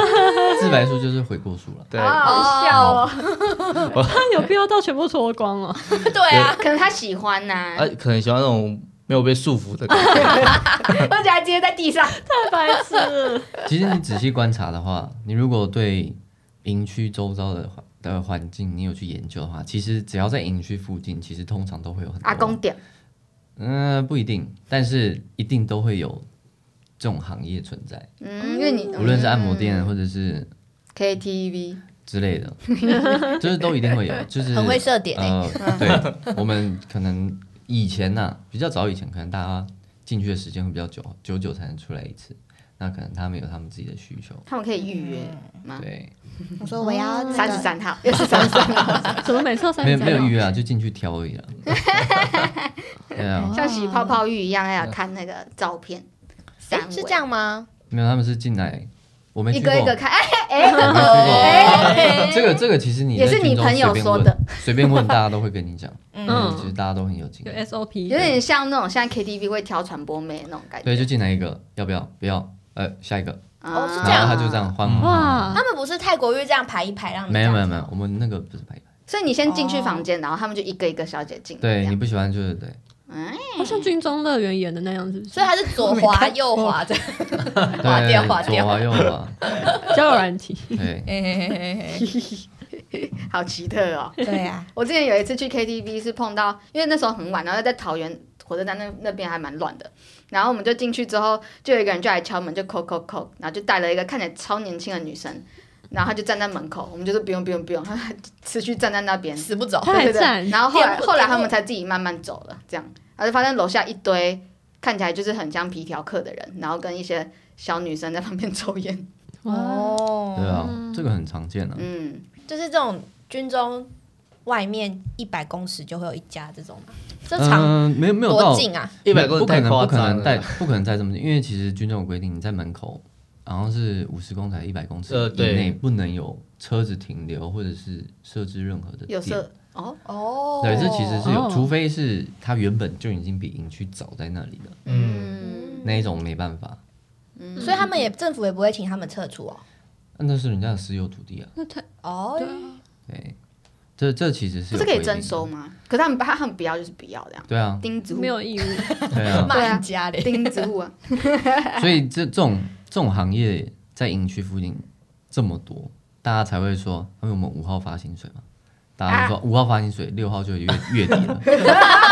[SPEAKER 5] 自白书就是悔过书了。
[SPEAKER 6] 对，
[SPEAKER 3] 好好笑哦，
[SPEAKER 1] 那有必要到全部脱光哦？
[SPEAKER 4] 对啊，
[SPEAKER 3] 可能他喜欢呐，
[SPEAKER 6] 啊，可能喜欢那种没有被束缚的感觉，
[SPEAKER 3] 而且还直接在地上，
[SPEAKER 1] 太白痴了！
[SPEAKER 5] 其实你仔细观察的话，你如果对营区周遭的环的环境你有去研究的话，其实只要在营区附近，其实通常都会有很多
[SPEAKER 3] 阿公点，
[SPEAKER 5] 嗯、不一定，但是一定都会有这种行业存在，
[SPEAKER 3] 嗯，因为你
[SPEAKER 5] 无论是按摩店或者是
[SPEAKER 3] KTV
[SPEAKER 5] 之
[SPEAKER 4] <laughs>
[SPEAKER 5] 类的，就是都一定会有，就是
[SPEAKER 4] 很会设点欸 <laughs>
[SPEAKER 5] 呃，对，我们可能以前呐、比较早以前，可能大家进去的时间会比较久，久久才能出来一次，那可能他们有他们自己的需求，
[SPEAKER 3] 他们可以预约吗？
[SPEAKER 5] 对，
[SPEAKER 4] 我说我要那
[SPEAKER 3] 三
[SPEAKER 4] 个
[SPEAKER 3] 十三号，又是三十三号，
[SPEAKER 1] <laughs> 怎么每次都三
[SPEAKER 5] 没
[SPEAKER 1] 十
[SPEAKER 5] 有
[SPEAKER 1] 三
[SPEAKER 5] 没有预约啊，就进去挑而
[SPEAKER 3] <laughs>
[SPEAKER 5] 已了。对啊，
[SPEAKER 3] 像洗泡泡浴一样，要看那个照片，
[SPEAKER 4] 诶
[SPEAKER 3] 三围
[SPEAKER 4] 是这，样吗？
[SPEAKER 5] 没有，他们是进来，我没
[SPEAKER 3] 一
[SPEAKER 5] 去过，
[SPEAKER 3] 个一个看，哎哎
[SPEAKER 5] 我
[SPEAKER 4] 哦
[SPEAKER 3] 哎，
[SPEAKER 5] 没去过。这个这个其实你在
[SPEAKER 3] 也是你
[SPEAKER 5] 军中
[SPEAKER 3] 朋友
[SPEAKER 5] 随便
[SPEAKER 3] 说
[SPEAKER 5] 问
[SPEAKER 3] 的，
[SPEAKER 5] 随便问大家都会跟你讲，嗯，其实
[SPEAKER 1] 嗯，
[SPEAKER 5] 大家都很有经
[SPEAKER 1] 有
[SPEAKER 5] 验。
[SPEAKER 1] SOP，
[SPEAKER 3] 有点像那种像 KTV 会挑传播妹那种感觉，
[SPEAKER 5] 对，就进来一个，要不要？不要，呃，下一个，
[SPEAKER 3] 啊
[SPEAKER 4] 哦是这样
[SPEAKER 5] 然后他就这样换换换。
[SPEAKER 1] 哇
[SPEAKER 4] 他，们不是泰国浴这样排一排让你
[SPEAKER 5] 没有
[SPEAKER 4] 这
[SPEAKER 5] 没有
[SPEAKER 4] 样
[SPEAKER 5] 没有，我们那个不是白白，
[SPEAKER 3] 所以你先进去房间，然后他们就一个一个小姐进来。
[SPEAKER 5] 对
[SPEAKER 3] 这
[SPEAKER 5] 你
[SPEAKER 3] 样
[SPEAKER 5] 不喜欢就是
[SPEAKER 3] <laughs>
[SPEAKER 5] 对，
[SPEAKER 1] 好像军中乐园演的那样，是不是？
[SPEAKER 4] 所以他是啊左滑右滑的，划
[SPEAKER 5] <laughs> 对
[SPEAKER 4] 掉划
[SPEAKER 5] 左
[SPEAKER 4] 掉
[SPEAKER 5] 滑右滑，
[SPEAKER 1] 交友软体，
[SPEAKER 3] <laughs>
[SPEAKER 5] 对，
[SPEAKER 4] 嘿嘿嘿嘿 <laughs> 嘿
[SPEAKER 3] 好奇特哦！
[SPEAKER 4] 对啊，
[SPEAKER 3] <laughs> 我之前有一次去 KTV 是碰到，因为那时候很晚，然后在桃园火车站那那边还蛮乱的。然后我们就进去之后，就有一个人就来敲门，就叩叩叩，然后就带了一个看起来超年轻的女生，然后她就站在门口，我们就说不用不用不用，她持续站在那边，
[SPEAKER 4] 死不走。
[SPEAKER 1] 他还
[SPEAKER 3] 对对对，
[SPEAKER 1] 站，
[SPEAKER 3] 然后后来
[SPEAKER 4] 天不
[SPEAKER 3] 后来他们才自己慢慢走了，这样，然后就发现楼下一堆看起来就是很像皮条客的人，然后跟一些小女生在旁边抽烟，
[SPEAKER 1] 哇，
[SPEAKER 5] 对
[SPEAKER 4] 哦，
[SPEAKER 5] 啊，这个很常见啊。
[SPEAKER 3] 嗯，
[SPEAKER 4] 就是这种军中外面一百公尺就会有一家这种嘛，这场
[SPEAKER 5] 嗯，没有没有
[SPEAKER 4] 多
[SPEAKER 5] 到
[SPEAKER 4] 近啊？
[SPEAKER 6] 一百个人
[SPEAKER 5] 不可
[SPEAKER 6] 太
[SPEAKER 5] 能
[SPEAKER 6] 夸
[SPEAKER 5] 不可
[SPEAKER 6] 张
[SPEAKER 5] 能
[SPEAKER 6] 了
[SPEAKER 5] 带不可能带这么近，因为其实军政有规定，你在门口好像是五十公尺、一百公尺
[SPEAKER 6] 呃
[SPEAKER 5] 以
[SPEAKER 6] 对
[SPEAKER 5] 内不能有车子停留或者是设置任何的
[SPEAKER 3] 有
[SPEAKER 5] 店
[SPEAKER 3] 色哦，
[SPEAKER 4] 哦，
[SPEAKER 5] 对，这其实是有，
[SPEAKER 1] 哦
[SPEAKER 5] 除非是它原本就已经比营区早在那里了，
[SPEAKER 6] 嗯，
[SPEAKER 3] 嗯
[SPEAKER 5] 那一种没办法，
[SPEAKER 4] 所以他们也政府也不会请他们撤出哦。
[SPEAKER 5] 那那是人家的私有土地啊。
[SPEAKER 1] 那太
[SPEAKER 4] 哦，
[SPEAKER 1] 对啊
[SPEAKER 5] 对，这这其实是
[SPEAKER 3] 不
[SPEAKER 5] 有
[SPEAKER 3] 是可以
[SPEAKER 5] 规定
[SPEAKER 3] 征
[SPEAKER 5] 的
[SPEAKER 3] 收？吗？可是他们他们不要就是不要这样，
[SPEAKER 5] 对啊，
[SPEAKER 3] 钉子户
[SPEAKER 1] 没有义务，
[SPEAKER 5] 对啊，
[SPEAKER 4] 骂人哦家嘞，
[SPEAKER 3] 钉子户 <laughs> 啊，
[SPEAKER 5] 所以这这种这种行业在营区附近这么多，大家才会说，因为我们五号发薪水嘛，大家
[SPEAKER 3] 啊
[SPEAKER 5] 就说五号发薪水，六号就月月底了。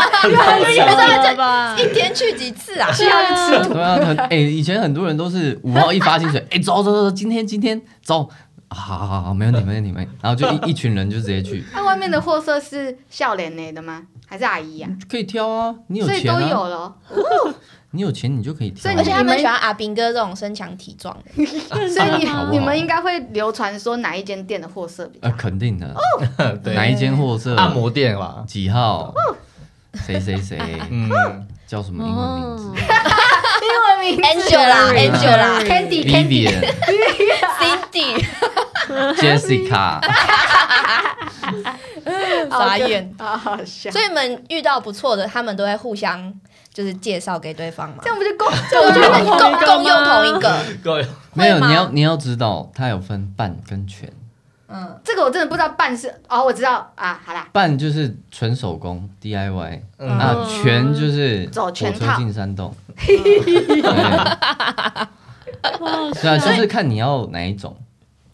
[SPEAKER 4] <laughs>
[SPEAKER 1] 了吧？
[SPEAKER 4] 一天去几次 <laughs> 啊？
[SPEAKER 3] 需要去吃土，
[SPEAKER 5] 对啊，很哎、以前很多人都是五号一发薪水， <laughs> 哎、走走走，今天今天走，啊好好好好，没问题没问题没问题，然后就一一群人就直接去，
[SPEAKER 3] 啊那外面的货色是笑脸类的吗？还是阿姨啊？
[SPEAKER 5] 可以挑啊，你有
[SPEAKER 3] 所以
[SPEAKER 5] 钱
[SPEAKER 3] 都有
[SPEAKER 5] 啊，
[SPEAKER 3] 了哦，
[SPEAKER 5] 你有钱你就可以挑、
[SPEAKER 3] 所以
[SPEAKER 5] 啊
[SPEAKER 4] 而
[SPEAKER 3] 你
[SPEAKER 4] 且
[SPEAKER 3] 就
[SPEAKER 4] 他们喜欢阿兵哥这种身强体壮的，
[SPEAKER 3] 所以
[SPEAKER 5] 好不好
[SPEAKER 3] 你你们应该会流传说哪一间店的货色比较
[SPEAKER 5] 呃，
[SPEAKER 3] 好，
[SPEAKER 5] 肯定的，
[SPEAKER 3] 哦
[SPEAKER 6] 对，
[SPEAKER 5] <laughs> 哪一间货色，
[SPEAKER 6] 按摩店吧，
[SPEAKER 5] 几号，谁谁谁，
[SPEAKER 6] 嗯，
[SPEAKER 5] 叫什么英文名字
[SPEAKER 3] 哦英文名
[SPEAKER 4] Angela Angela
[SPEAKER 3] Candy Candy
[SPEAKER 5] ，Vivian。
[SPEAKER 4] Cindy， <laughs>
[SPEAKER 5] Jessica，
[SPEAKER 4] 傻眼。
[SPEAKER 3] 好好笑，
[SPEAKER 4] 哦 <laughs> 所以你们遇到不错的，他们都会互相就是介绍给对方嘛
[SPEAKER 3] 这，样不就够？
[SPEAKER 4] 就我觉得共
[SPEAKER 1] 同一个
[SPEAKER 4] 共用
[SPEAKER 1] 吗
[SPEAKER 4] 同一个，
[SPEAKER 6] <laughs> 各位，
[SPEAKER 5] 没有
[SPEAKER 4] 会吗
[SPEAKER 5] 你要你要知道，它有分半跟全，
[SPEAKER 4] 嗯，
[SPEAKER 3] 这个我真的不知道办事哦，我知道啊，好啦，
[SPEAKER 5] 半就是纯手工 DIY，
[SPEAKER 6] 嗯
[SPEAKER 4] 哦
[SPEAKER 5] 那啊全就是
[SPEAKER 3] 走
[SPEAKER 5] 火
[SPEAKER 3] 全
[SPEAKER 5] 车
[SPEAKER 3] 套
[SPEAKER 5] 进山洞。
[SPEAKER 4] 嗯
[SPEAKER 5] 对，是啊，就是看你要哪一种，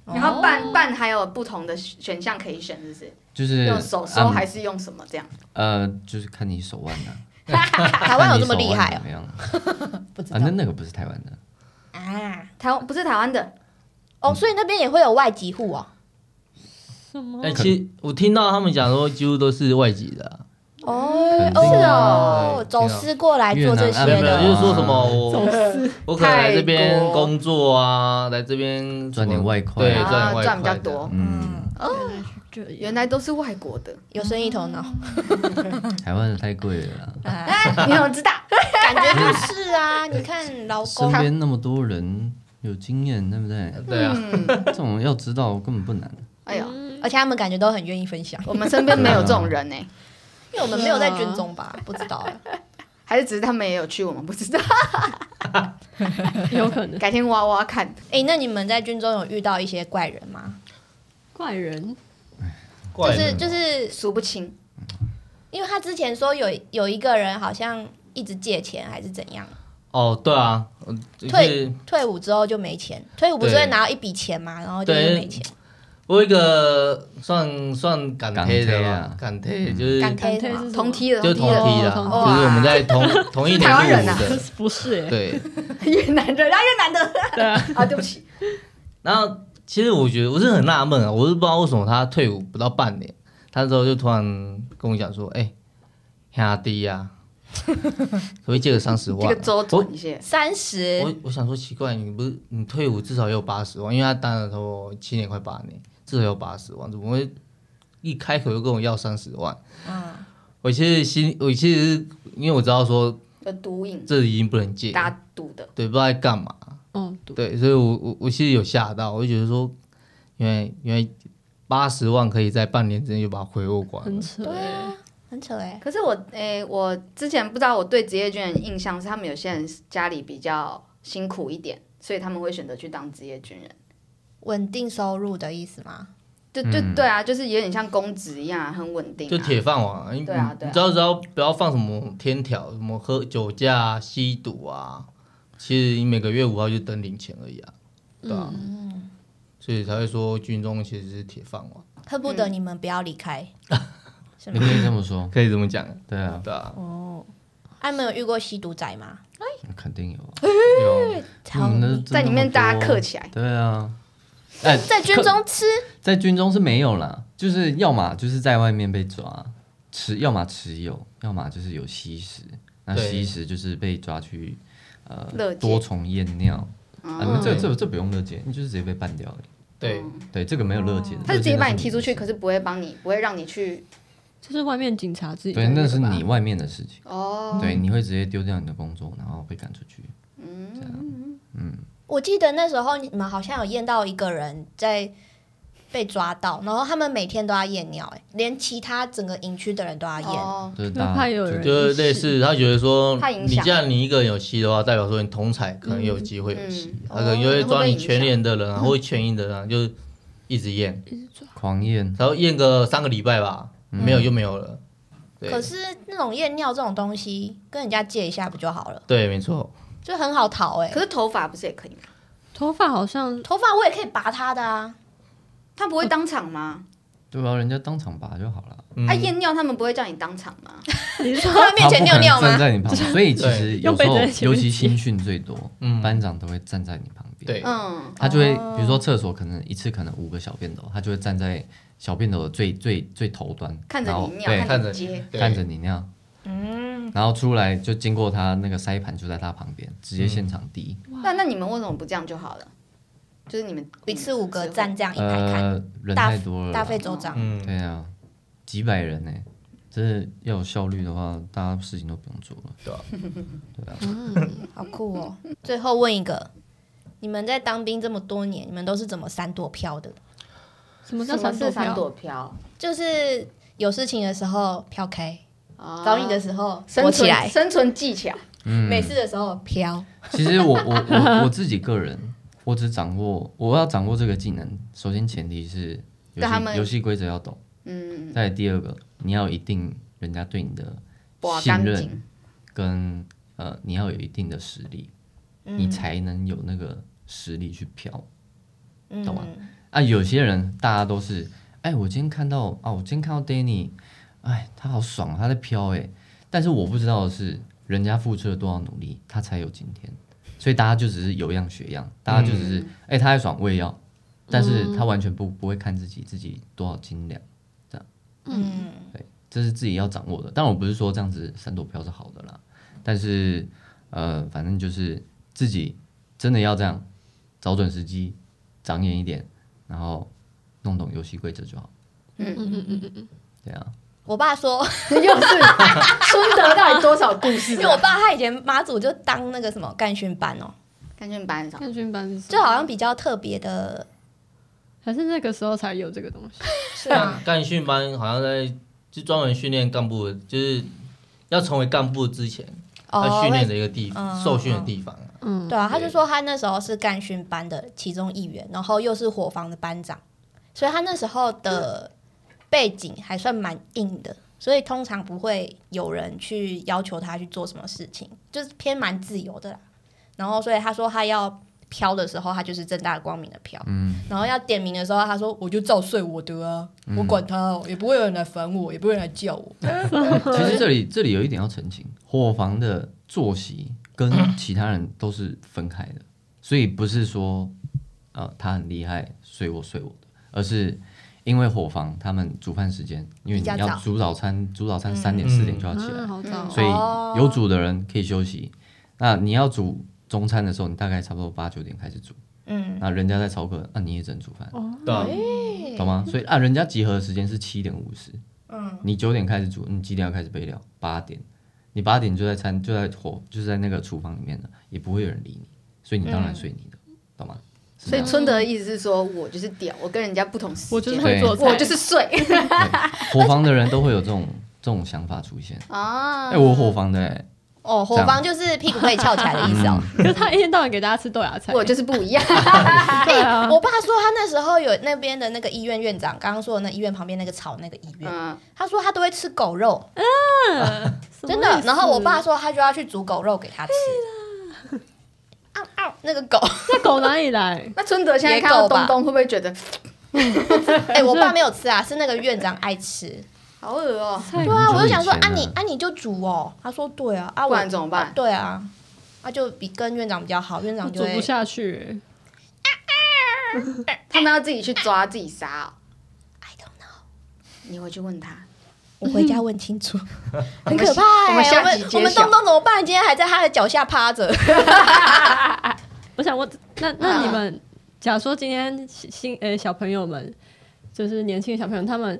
[SPEAKER 3] 然后办办还有不同的选项可以选，是不是？
[SPEAKER 5] 就是
[SPEAKER 3] 用手收
[SPEAKER 5] 按
[SPEAKER 3] 还是用什么这样？
[SPEAKER 5] 呃，就是看你手腕啊。
[SPEAKER 4] 嗯台
[SPEAKER 5] 台
[SPEAKER 4] 湾有这么厉害
[SPEAKER 5] 怎
[SPEAKER 4] <laughs> 哦？
[SPEAKER 5] 么样？啊，
[SPEAKER 4] 不知道
[SPEAKER 5] 那那个不是台湾的，
[SPEAKER 4] 啊，
[SPEAKER 3] 台湾不是台湾的，
[SPEAKER 4] 哦，所以那边也会有外籍户哦。
[SPEAKER 1] 什么
[SPEAKER 6] 哎、？其实我听到他们讲说，几乎都是外籍的啊、
[SPEAKER 4] 哦
[SPEAKER 5] 肯定啊
[SPEAKER 4] 哦，
[SPEAKER 6] 对
[SPEAKER 4] 走私过来做这些
[SPEAKER 5] 越
[SPEAKER 6] 没有没有，
[SPEAKER 5] 南啊
[SPEAKER 6] 就
[SPEAKER 4] 的，
[SPEAKER 6] 是说什么我
[SPEAKER 1] 是
[SPEAKER 6] 我可能来这
[SPEAKER 3] 泰
[SPEAKER 6] 边
[SPEAKER 3] 国
[SPEAKER 6] 工作啊，来这边
[SPEAKER 5] 赚点外快
[SPEAKER 6] 对，
[SPEAKER 5] 啊
[SPEAKER 6] 赚点外快
[SPEAKER 3] 赚比较
[SPEAKER 6] 这样
[SPEAKER 3] 多。
[SPEAKER 5] 嗯，
[SPEAKER 1] 这样
[SPEAKER 3] <laughs> 原来都是外国的，
[SPEAKER 4] 有生意头脑，嗯
[SPEAKER 5] 台湾的太贵了啦，
[SPEAKER 4] 哎
[SPEAKER 3] <laughs> 哎，你怎么 <laughs> 知道？
[SPEAKER 4] 感觉 <laughs> 就是啊。你看老
[SPEAKER 5] 身
[SPEAKER 4] 公，
[SPEAKER 5] 边那么多人有经验，对不对？
[SPEAKER 6] 对啊，
[SPEAKER 3] 嗯，
[SPEAKER 5] 这种要知道根本不难。
[SPEAKER 3] 哎呦，
[SPEAKER 4] <laughs> 而且他们感觉都很愿意分享，
[SPEAKER 3] 我们身边没有这种人欸呢，
[SPEAKER 4] <laughs> 因为我们没有在军中吧，不知道啊。
[SPEAKER 3] 还是只是他们也有去，我们不 <laughs> 知道。
[SPEAKER 1] 有可能
[SPEAKER 3] 改天挖挖看。
[SPEAKER 4] 哎，那你们在军中有遇到一些怪人吗？
[SPEAKER 1] 怪人
[SPEAKER 4] 就
[SPEAKER 6] 怪
[SPEAKER 4] 是
[SPEAKER 6] 人
[SPEAKER 4] 就是
[SPEAKER 3] 数不清，
[SPEAKER 4] 因为他之前说有有一个人好像一直借钱还是怎样，
[SPEAKER 6] 哦，对啊，嗯就是
[SPEAKER 4] 退退伍之后就没钱，退伍不是
[SPEAKER 6] 对
[SPEAKER 4] 会拿到一笔钱嘛，然后就
[SPEAKER 6] 对
[SPEAKER 4] 是没钱，
[SPEAKER 6] 我有一个算算港
[SPEAKER 5] 港
[SPEAKER 6] 铁
[SPEAKER 5] 铁
[SPEAKER 6] 的
[SPEAKER 5] 啊
[SPEAKER 6] 吧，港铁就是
[SPEAKER 4] 敢
[SPEAKER 1] 港
[SPEAKER 4] 贴
[SPEAKER 1] 铁是
[SPEAKER 3] 同梯的，哦
[SPEAKER 6] 就是同
[SPEAKER 3] 的，
[SPEAKER 6] 梯的
[SPEAKER 1] 同
[SPEAKER 6] 啊，
[SPEAKER 1] 梯
[SPEAKER 6] 就是我们在同同一年
[SPEAKER 3] 台湾人
[SPEAKER 6] 入
[SPEAKER 3] 啊
[SPEAKER 6] 伍的，
[SPEAKER 1] 不
[SPEAKER 6] <laughs>
[SPEAKER 1] 是哎，
[SPEAKER 6] 对。
[SPEAKER 3] <laughs> 越南人啊，越南的
[SPEAKER 1] 对啊，
[SPEAKER 3] 啊，对不起，
[SPEAKER 6] 然后其实我觉得我是很纳闷啊，我是不知道为什么他退伍不到半年，他那时候就突然跟我讲说：“哎、兄弟
[SPEAKER 3] <laughs>
[SPEAKER 6] 呀、可不可以借个三十
[SPEAKER 3] 这
[SPEAKER 6] 万、
[SPEAKER 3] 个
[SPEAKER 6] 啊？”
[SPEAKER 3] 周转一些，
[SPEAKER 4] 三十
[SPEAKER 6] 我我想说奇怪，你不是你退伍至少也有八十万，因为他当了头七年快八年，至少有八十万，怎么会一开口就跟我要三十万？
[SPEAKER 3] 嗯
[SPEAKER 6] 我其实心，我其实是因为我知道说
[SPEAKER 3] 有毒瘾，
[SPEAKER 6] 这已经不能借，
[SPEAKER 3] 打赌的，
[SPEAKER 6] 对，不知道在干嘛，
[SPEAKER 1] 哦，
[SPEAKER 6] 对，所以我我我其实有吓到，我就觉得说，因为因为八十万可以在半年之内就把它挥霍光
[SPEAKER 1] 很
[SPEAKER 6] 了，
[SPEAKER 1] 扯
[SPEAKER 4] 对
[SPEAKER 1] 哎，
[SPEAKER 4] 啊，很扯哎、
[SPEAKER 3] 可是我诶、我之前不知道，我对职业军人的印象是他们有些人家里比较辛苦一点，所以他们会选择去当职业军人。
[SPEAKER 4] 稳定收入的意思吗？
[SPEAKER 3] 就就、
[SPEAKER 5] 嗯
[SPEAKER 3] 对啊，就是有点像公职一样啊、很稳定、啊。
[SPEAKER 6] 就铁饭碗、啊，你
[SPEAKER 3] 对啊对啊
[SPEAKER 6] 你只要只要不要放什么天条，什么喝酒驾、啊、吸毒啊，其实你每个月五号就等领钱而已啊，对啊，
[SPEAKER 3] 嗯
[SPEAKER 6] 所以才会说军中其实是铁饭碗，
[SPEAKER 4] 恨不得你们不要离
[SPEAKER 6] <laughs>
[SPEAKER 4] 开。是
[SPEAKER 5] 你
[SPEAKER 4] 吗
[SPEAKER 5] 可？以这么说，
[SPEAKER 6] 可以这么讲，
[SPEAKER 5] 对啊，
[SPEAKER 6] 对啊，
[SPEAKER 3] 哦
[SPEAKER 4] 啊，你们有遇过吸毒仔吗？
[SPEAKER 5] 肯定有啊。
[SPEAKER 6] 有
[SPEAKER 4] 超
[SPEAKER 5] 嗯那真
[SPEAKER 3] 在里面
[SPEAKER 5] 那么多
[SPEAKER 3] 大家克起来
[SPEAKER 5] 对啊，哎，
[SPEAKER 4] 在军
[SPEAKER 5] 克
[SPEAKER 4] 中吃
[SPEAKER 5] 在军中是没有啦，就是要么就是在外面被抓持，要么持有，要么就是有吸食。那
[SPEAKER 6] 对
[SPEAKER 5] 吸食就是被抓去
[SPEAKER 3] 乐哦
[SPEAKER 5] 呃
[SPEAKER 3] 戒
[SPEAKER 5] 多重验尿，啊，没有这这这不用乐戒，你就是直接被办掉而已。
[SPEAKER 6] 对。
[SPEAKER 3] 哦
[SPEAKER 5] 对，这个没有乐戒的，
[SPEAKER 3] 他就直接把你踢出去，
[SPEAKER 5] 乐戒
[SPEAKER 3] 可是不会帮你，不会让你去
[SPEAKER 1] 就是外面警察自己
[SPEAKER 5] 那是
[SPEAKER 1] 在
[SPEAKER 5] 对，那
[SPEAKER 1] 个
[SPEAKER 5] 是
[SPEAKER 1] 吧
[SPEAKER 5] 你外面的事情。
[SPEAKER 3] 哦。
[SPEAKER 5] 对，你会直接丢掉你的工作，然后被赶出去。
[SPEAKER 4] 我记得那时候你们好像有验到一个人在被抓到，然后他们每天都要验尿、欸，连其他整个营区的人都要验。
[SPEAKER 3] 哦，
[SPEAKER 5] 就是
[SPEAKER 1] 那
[SPEAKER 5] 大
[SPEAKER 1] 怕
[SPEAKER 5] 家
[SPEAKER 1] 有人
[SPEAKER 6] 就是类似，他觉得说
[SPEAKER 3] 怕，影
[SPEAKER 6] 你
[SPEAKER 3] 响
[SPEAKER 6] 既然你一个人有吸的话，代表说你同才可能有机会有吸
[SPEAKER 3] 嗯，
[SPEAKER 6] 他可能就会抓你全连的人啊，或者全营的人啊，就一直验，
[SPEAKER 5] 狂验，
[SPEAKER 6] 然后验个三个礼拜吧，
[SPEAKER 5] 嗯
[SPEAKER 6] 没有就没有了。对
[SPEAKER 4] 可是那种验尿这种东西，跟人家借一下不就好了？
[SPEAKER 6] 对，没错，
[SPEAKER 4] 就很好逃哎、
[SPEAKER 3] 可是头发不是也可以吗？
[SPEAKER 1] 头发好像
[SPEAKER 4] 头发我也可以拔他的啊， <laughs>
[SPEAKER 3] 他不会当场吗？
[SPEAKER 5] 对吧？人家当场拔就好了。
[SPEAKER 6] 嗯
[SPEAKER 3] 啊，验尿他们不会叫你当场吗？
[SPEAKER 1] 你是
[SPEAKER 4] 在 <laughs>
[SPEAKER 1] 说
[SPEAKER 4] 他面前尿尿
[SPEAKER 5] 他不可能
[SPEAKER 4] 吗？
[SPEAKER 5] 站在你旁边，所以其实有时
[SPEAKER 1] 用
[SPEAKER 5] 候
[SPEAKER 1] 背在，前面
[SPEAKER 5] 尤其新训最多，
[SPEAKER 6] 嗯
[SPEAKER 5] 班长都会站在你旁边。
[SPEAKER 6] 对
[SPEAKER 3] 嗯，
[SPEAKER 5] 他就会，比如说厕所可能一次可能五个小便斗，他就会站在小便斗的最最最头端，
[SPEAKER 3] 看着
[SPEAKER 5] 然后
[SPEAKER 3] 你尿，
[SPEAKER 5] 对，
[SPEAKER 6] 看
[SPEAKER 3] 着
[SPEAKER 6] 着
[SPEAKER 3] 你接，
[SPEAKER 6] 对
[SPEAKER 5] 看着你尿，嗯，然后出来就经过他那个塞盘就在他旁边，直接现场滴。
[SPEAKER 3] 那那你们为什么不这样就好了？就是你们
[SPEAKER 4] 一次五个
[SPEAKER 3] 只会
[SPEAKER 4] 站这样一排看，
[SPEAKER 5] 呃，人太多了啦，
[SPEAKER 4] 哎大费周章。
[SPEAKER 6] 嗯，
[SPEAKER 5] 对啊，几百人呢、真的要有效率的话，大家事情都不用做了。
[SPEAKER 1] 嗯
[SPEAKER 5] 嗯
[SPEAKER 4] 好酷哦！最后问一个，你们在当兵这么多年，你们都是怎么闪躲飘的？
[SPEAKER 1] 什么叫
[SPEAKER 3] 什么
[SPEAKER 1] 闪
[SPEAKER 3] 是
[SPEAKER 1] 飘
[SPEAKER 3] 闪？躲飘？
[SPEAKER 4] 就是有事情的时候飘开，
[SPEAKER 3] 啊
[SPEAKER 4] 找你的时候
[SPEAKER 3] 生
[SPEAKER 4] 躲起
[SPEAKER 3] 存
[SPEAKER 4] 来，
[SPEAKER 3] 生存技巧，
[SPEAKER 5] 嗯
[SPEAKER 4] 没事的时候飘。
[SPEAKER 5] 其实我我我我自己个人，我只掌握我要掌握这个技能，首先前提是游
[SPEAKER 3] 但他
[SPEAKER 5] 戏
[SPEAKER 3] 们
[SPEAKER 5] 游戏规则要懂，
[SPEAKER 3] 嗯，
[SPEAKER 5] 再来第二个你要有一定人家对你的
[SPEAKER 3] 刮
[SPEAKER 5] 信
[SPEAKER 3] 干
[SPEAKER 5] 任
[SPEAKER 3] 净，
[SPEAKER 5] 跟呃你要有一定的实力，
[SPEAKER 3] 嗯
[SPEAKER 5] 你才能有那个实力去飘，
[SPEAKER 3] 嗯
[SPEAKER 5] 懂吗？啊，有些人大家都是，哎，我今天看到啊，我今天看到 Danny，哎，他好爽啊，他在飘哎、但是我不知道的是，人家付出了多少努力，他才有今天。所以大家就只是有样学样，大家就只
[SPEAKER 3] 嗯
[SPEAKER 5] 是哎、他在爽我也要，但是他完全不不会看自己自己多少斤两，这样，嗯，对，这是自己要掌握的。但我不是说这样子闪躲飘是好的啦，但是呃，反正就是自己真的要这样，找准时机，长眼一点，然后弄懂游戏规则就好。嗯嗯嗯嗯嗯，对啊。
[SPEAKER 4] 我爸说，
[SPEAKER 3] 又 <laughs> 是孙德到底多少故事
[SPEAKER 4] <laughs> 因
[SPEAKER 3] 啊？
[SPEAKER 4] 为我爸他以前妈祖就当那个什么干训班哦，
[SPEAKER 3] 感觉你班上
[SPEAKER 1] 看训班是什么
[SPEAKER 4] 就好像比较特别的，
[SPEAKER 1] 还是那个时候才有这个东西。
[SPEAKER 4] 是啊，
[SPEAKER 6] 干训班好像在就专门训练干部的，就是要成为干部之前，
[SPEAKER 4] 哦
[SPEAKER 6] 要，训练
[SPEAKER 4] 会
[SPEAKER 6] 的一个地
[SPEAKER 4] 嗯嗯
[SPEAKER 6] 方，受训的地方啊。
[SPEAKER 1] 嗯，
[SPEAKER 4] 对啊，他就说他那时候是干训班的其中一员，然后又是伙房的班长，所以他那时候的背景还算蛮硬的，所以通常不会有人去要求他去做什么事情，就是偏蛮自由的啦。然后所以他说他要飘的时候，他就是正大光明的飘，
[SPEAKER 5] 嗯
[SPEAKER 4] 然后要点名的时候，他说我就照睡我的啊，我管他哦，也不会有人来烦我，也不会有人来叫我。
[SPEAKER 5] 其实这里这里有一点要澄清，伙房的作息跟其他人都是分开的，所以不是说呃他很厉害，睡我睡我的，而是因为伙房他们煮饭时间，因
[SPEAKER 4] 比
[SPEAKER 5] 为你
[SPEAKER 4] 较
[SPEAKER 5] 要
[SPEAKER 4] 早嗯
[SPEAKER 5] 煮早餐，煮早餐三点四点就要起来，
[SPEAKER 1] 啊，好早哦，
[SPEAKER 5] 所以有煮的人可以休息。那你要煮中餐的时候，你大概差不多八九点开始煮，
[SPEAKER 4] 嗯，哦
[SPEAKER 5] 那人家在操课，那你也只能煮饭，
[SPEAKER 6] 对啊，
[SPEAKER 5] 懂吗？所以啊，人家集合的时间是七点五十，嗯，你九点开始煮，你几点要开始备料？八点，你八点就在餐就在火就是在那个厨房里面了，也不会有人理你，所以你当然睡你的，
[SPEAKER 4] 嗯
[SPEAKER 5] 懂吗？是
[SPEAKER 3] 所
[SPEAKER 5] 这
[SPEAKER 3] 以
[SPEAKER 5] 样
[SPEAKER 3] 春德的意思是说，我就是屌，我跟人家不同时
[SPEAKER 1] 我就是
[SPEAKER 3] 间，
[SPEAKER 1] 会做菜，
[SPEAKER 3] 我就是睡 <laughs>
[SPEAKER 5] 对伙房的人都会有这种这种想法出现。
[SPEAKER 3] 啊
[SPEAKER 5] 哎、我伙房的、欸，
[SPEAKER 4] 哦，伙房就是屁股可以翘起来的意
[SPEAKER 5] 嗯
[SPEAKER 4] 思哦。
[SPEAKER 1] 可是他一天到晚给大家吃豆芽菜，
[SPEAKER 3] 我就是不一样。 <laughs>
[SPEAKER 1] 对啊，
[SPEAKER 4] 我爸说他那时候有那边的那个医院院长，刚刚说的那医院旁边那个草那个医院，
[SPEAKER 3] 嗯，
[SPEAKER 4] 他说他都会吃狗肉，
[SPEAKER 1] 什么
[SPEAKER 4] 真
[SPEAKER 1] 意
[SPEAKER 4] 的。
[SPEAKER 1] 思
[SPEAKER 4] 然后我爸说他就要去煮狗肉给他吃。<laughs>
[SPEAKER 3] 啊
[SPEAKER 4] 嗷嗷，那个
[SPEAKER 3] <laughs>
[SPEAKER 4] 狗，
[SPEAKER 1] 那 <laughs> 狗哪里来？
[SPEAKER 3] 那春德现在
[SPEAKER 4] 野
[SPEAKER 3] 看到
[SPEAKER 4] 狗吧
[SPEAKER 3] 东东会不会觉得
[SPEAKER 4] 哎，我爸没有吃啊，是那个院长爱吃。
[SPEAKER 3] 好恶哦？
[SPEAKER 5] 对
[SPEAKER 4] 对啊，我就想说啊你
[SPEAKER 5] 啊
[SPEAKER 4] 啊你就煮哦，他说对啊，啊
[SPEAKER 3] 不
[SPEAKER 4] 我
[SPEAKER 3] 然怎么办
[SPEAKER 4] 啊对啊，啊就比跟院长比较好，院长就
[SPEAKER 1] 煮
[SPEAKER 4] 会
[SPEAKER 1] 不下去，
[SPEAKER 3] 他们要自己去抓自己杀哦，
[SPEAKER 4] I don't know，
[SPEAKER 3] 你回去问他。
[SPEAKER 5] 啊
[SPEAKER 4] 我回家问清
[SPEAKER 3] <laughs>
[SPEAKER 4] 楚，很
[SPEAKER 3] 们
[SPEAKER 4] 可怕
[SPEAKER 3] 我
[SPEAKER 4] 哎，
[SPEAKER 3] 们下
[SPEAKER 4] 我们
[SPEAKER 3] 集揭
[SPEAKER 4] 我们
[SPEAKER 3] 晓
[SPEAKER 4] 东东怎么办？今天还在他的脚下趴
[SPEAKER 3] <laughs>
[SPEAKER 4] 着。
[SPEAKER 1] 我想问，那那你们，假如说今天新新呃小朋友们，就是年轻的小朋友，他们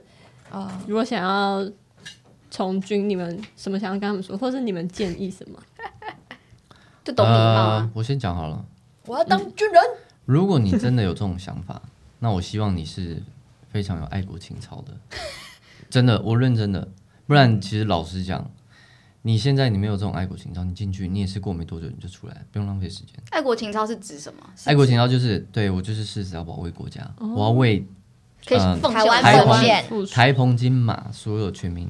[SPEAKER 4] 哦
[SPEAKER 1] 如果想要从军，你们什么想要跟他们说，或是你们建议什么？
[SPEAKER 3] 就懂礼貌啊
[SPEAKER 5] 呃。我先讲好了。
[SPEAKER 4] 我要当军人。
[SPEAKER 5] 如果你真的有这种想法， <laughs> 那我希望你是非常有爱国情操的，真的，我认真的。不然，其实老实讲，你现在你没有这种爱国情操，你进去你也是过没多久你就出来，不用浪费时间。
[SPEAKER 3] 爱国情操是哦指什么？
[SPEAKER 5] 爱国情操就是，对我就是誓死要保卫国家，我要为
[SPEAKER 3] 可以
[SPEAKER 5] 呃
[SPEAKER 3] 奉
[SPEAKER 4] 台湾
[SPEAKER 5] 台
[SPEAKER 3] 献
[SPEAKER 5] 湾
[SPEAKER 4] 奉献
[SPEAKER 1] 付出
[SPEAKER 5] 台澎金马所有全民，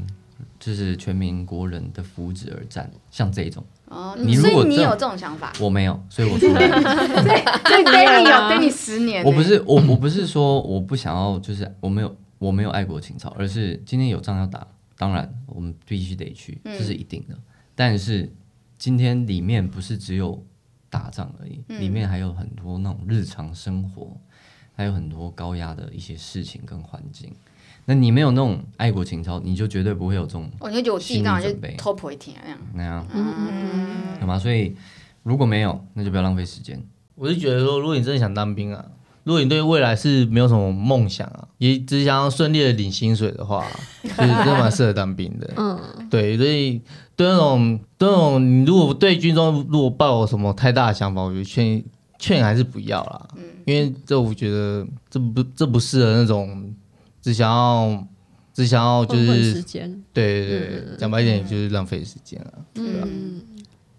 [SPEAKER 5] 就是全民国人的福祉而战。像这一种，
[SPEAKER 3] 哦，
[SPEAKER 5] 你如
[SPEAKER 3] 所
[SPEAKER 5] 果
[SPEAKER 3] 以你
[SPEAKER 5] 这
[SPEAKER 3] 有
[SPEAKER 5] 样，
[SPEAKER 3] 这种想法
[SPEAKER 5] 我没有，所以我出
[SPEAKER 3] <laughs>
[SPEAKER 5] 来。<laughs>
[SPEAKER 3] 所以 Danny 有
[SPEAKER 1] 啊
[SPEAKER 3] Danny 十年欸呢，
[SPEAKER 5] 我不是我我不是说我不想要，就是我没有我没有爱国情操，而是今天有仗要打，当然我们必须得去，这是一定的。但是今天里面不是只有打仗而已，里面还有很多那种日常生活，还有很多高压的一些事情跟环境。那你没有那种爱国情操，你就绝对不会有这种
[SPEAKER 3] 哦，你就觉得我自己
[SPEAKER 5] 心理
[SPEAKER 3] 当然就
[SPEAKER 5] 准备
[SPEAKER 3] 偷不会听那啊样。
[SPEAKER 5] 那样，好吗？所以如果没有，那就不要浪费时间。
[SPEAKER 6] 我是觉得说，如果你真的想当兵啊，如果你对未来是没有什么梦想啊，也只想要顺利的领薪水的话，就是真的蛮适合当兵的。嗯，对，所以对那种对那种，你如果对军中如果抱有什么太大的想法，我觉得劝劝还是不要啦。因为这我觉得这不这不适合那种只想要只想要就
[SPEAKER 1] 混混时
[SPEAKER 6] 是
[SPEAKER 1] 间，
[SPEAKER 6] 对对对，讲白一点就是浪费时间啊了。
[SPEAKER 3] 嗯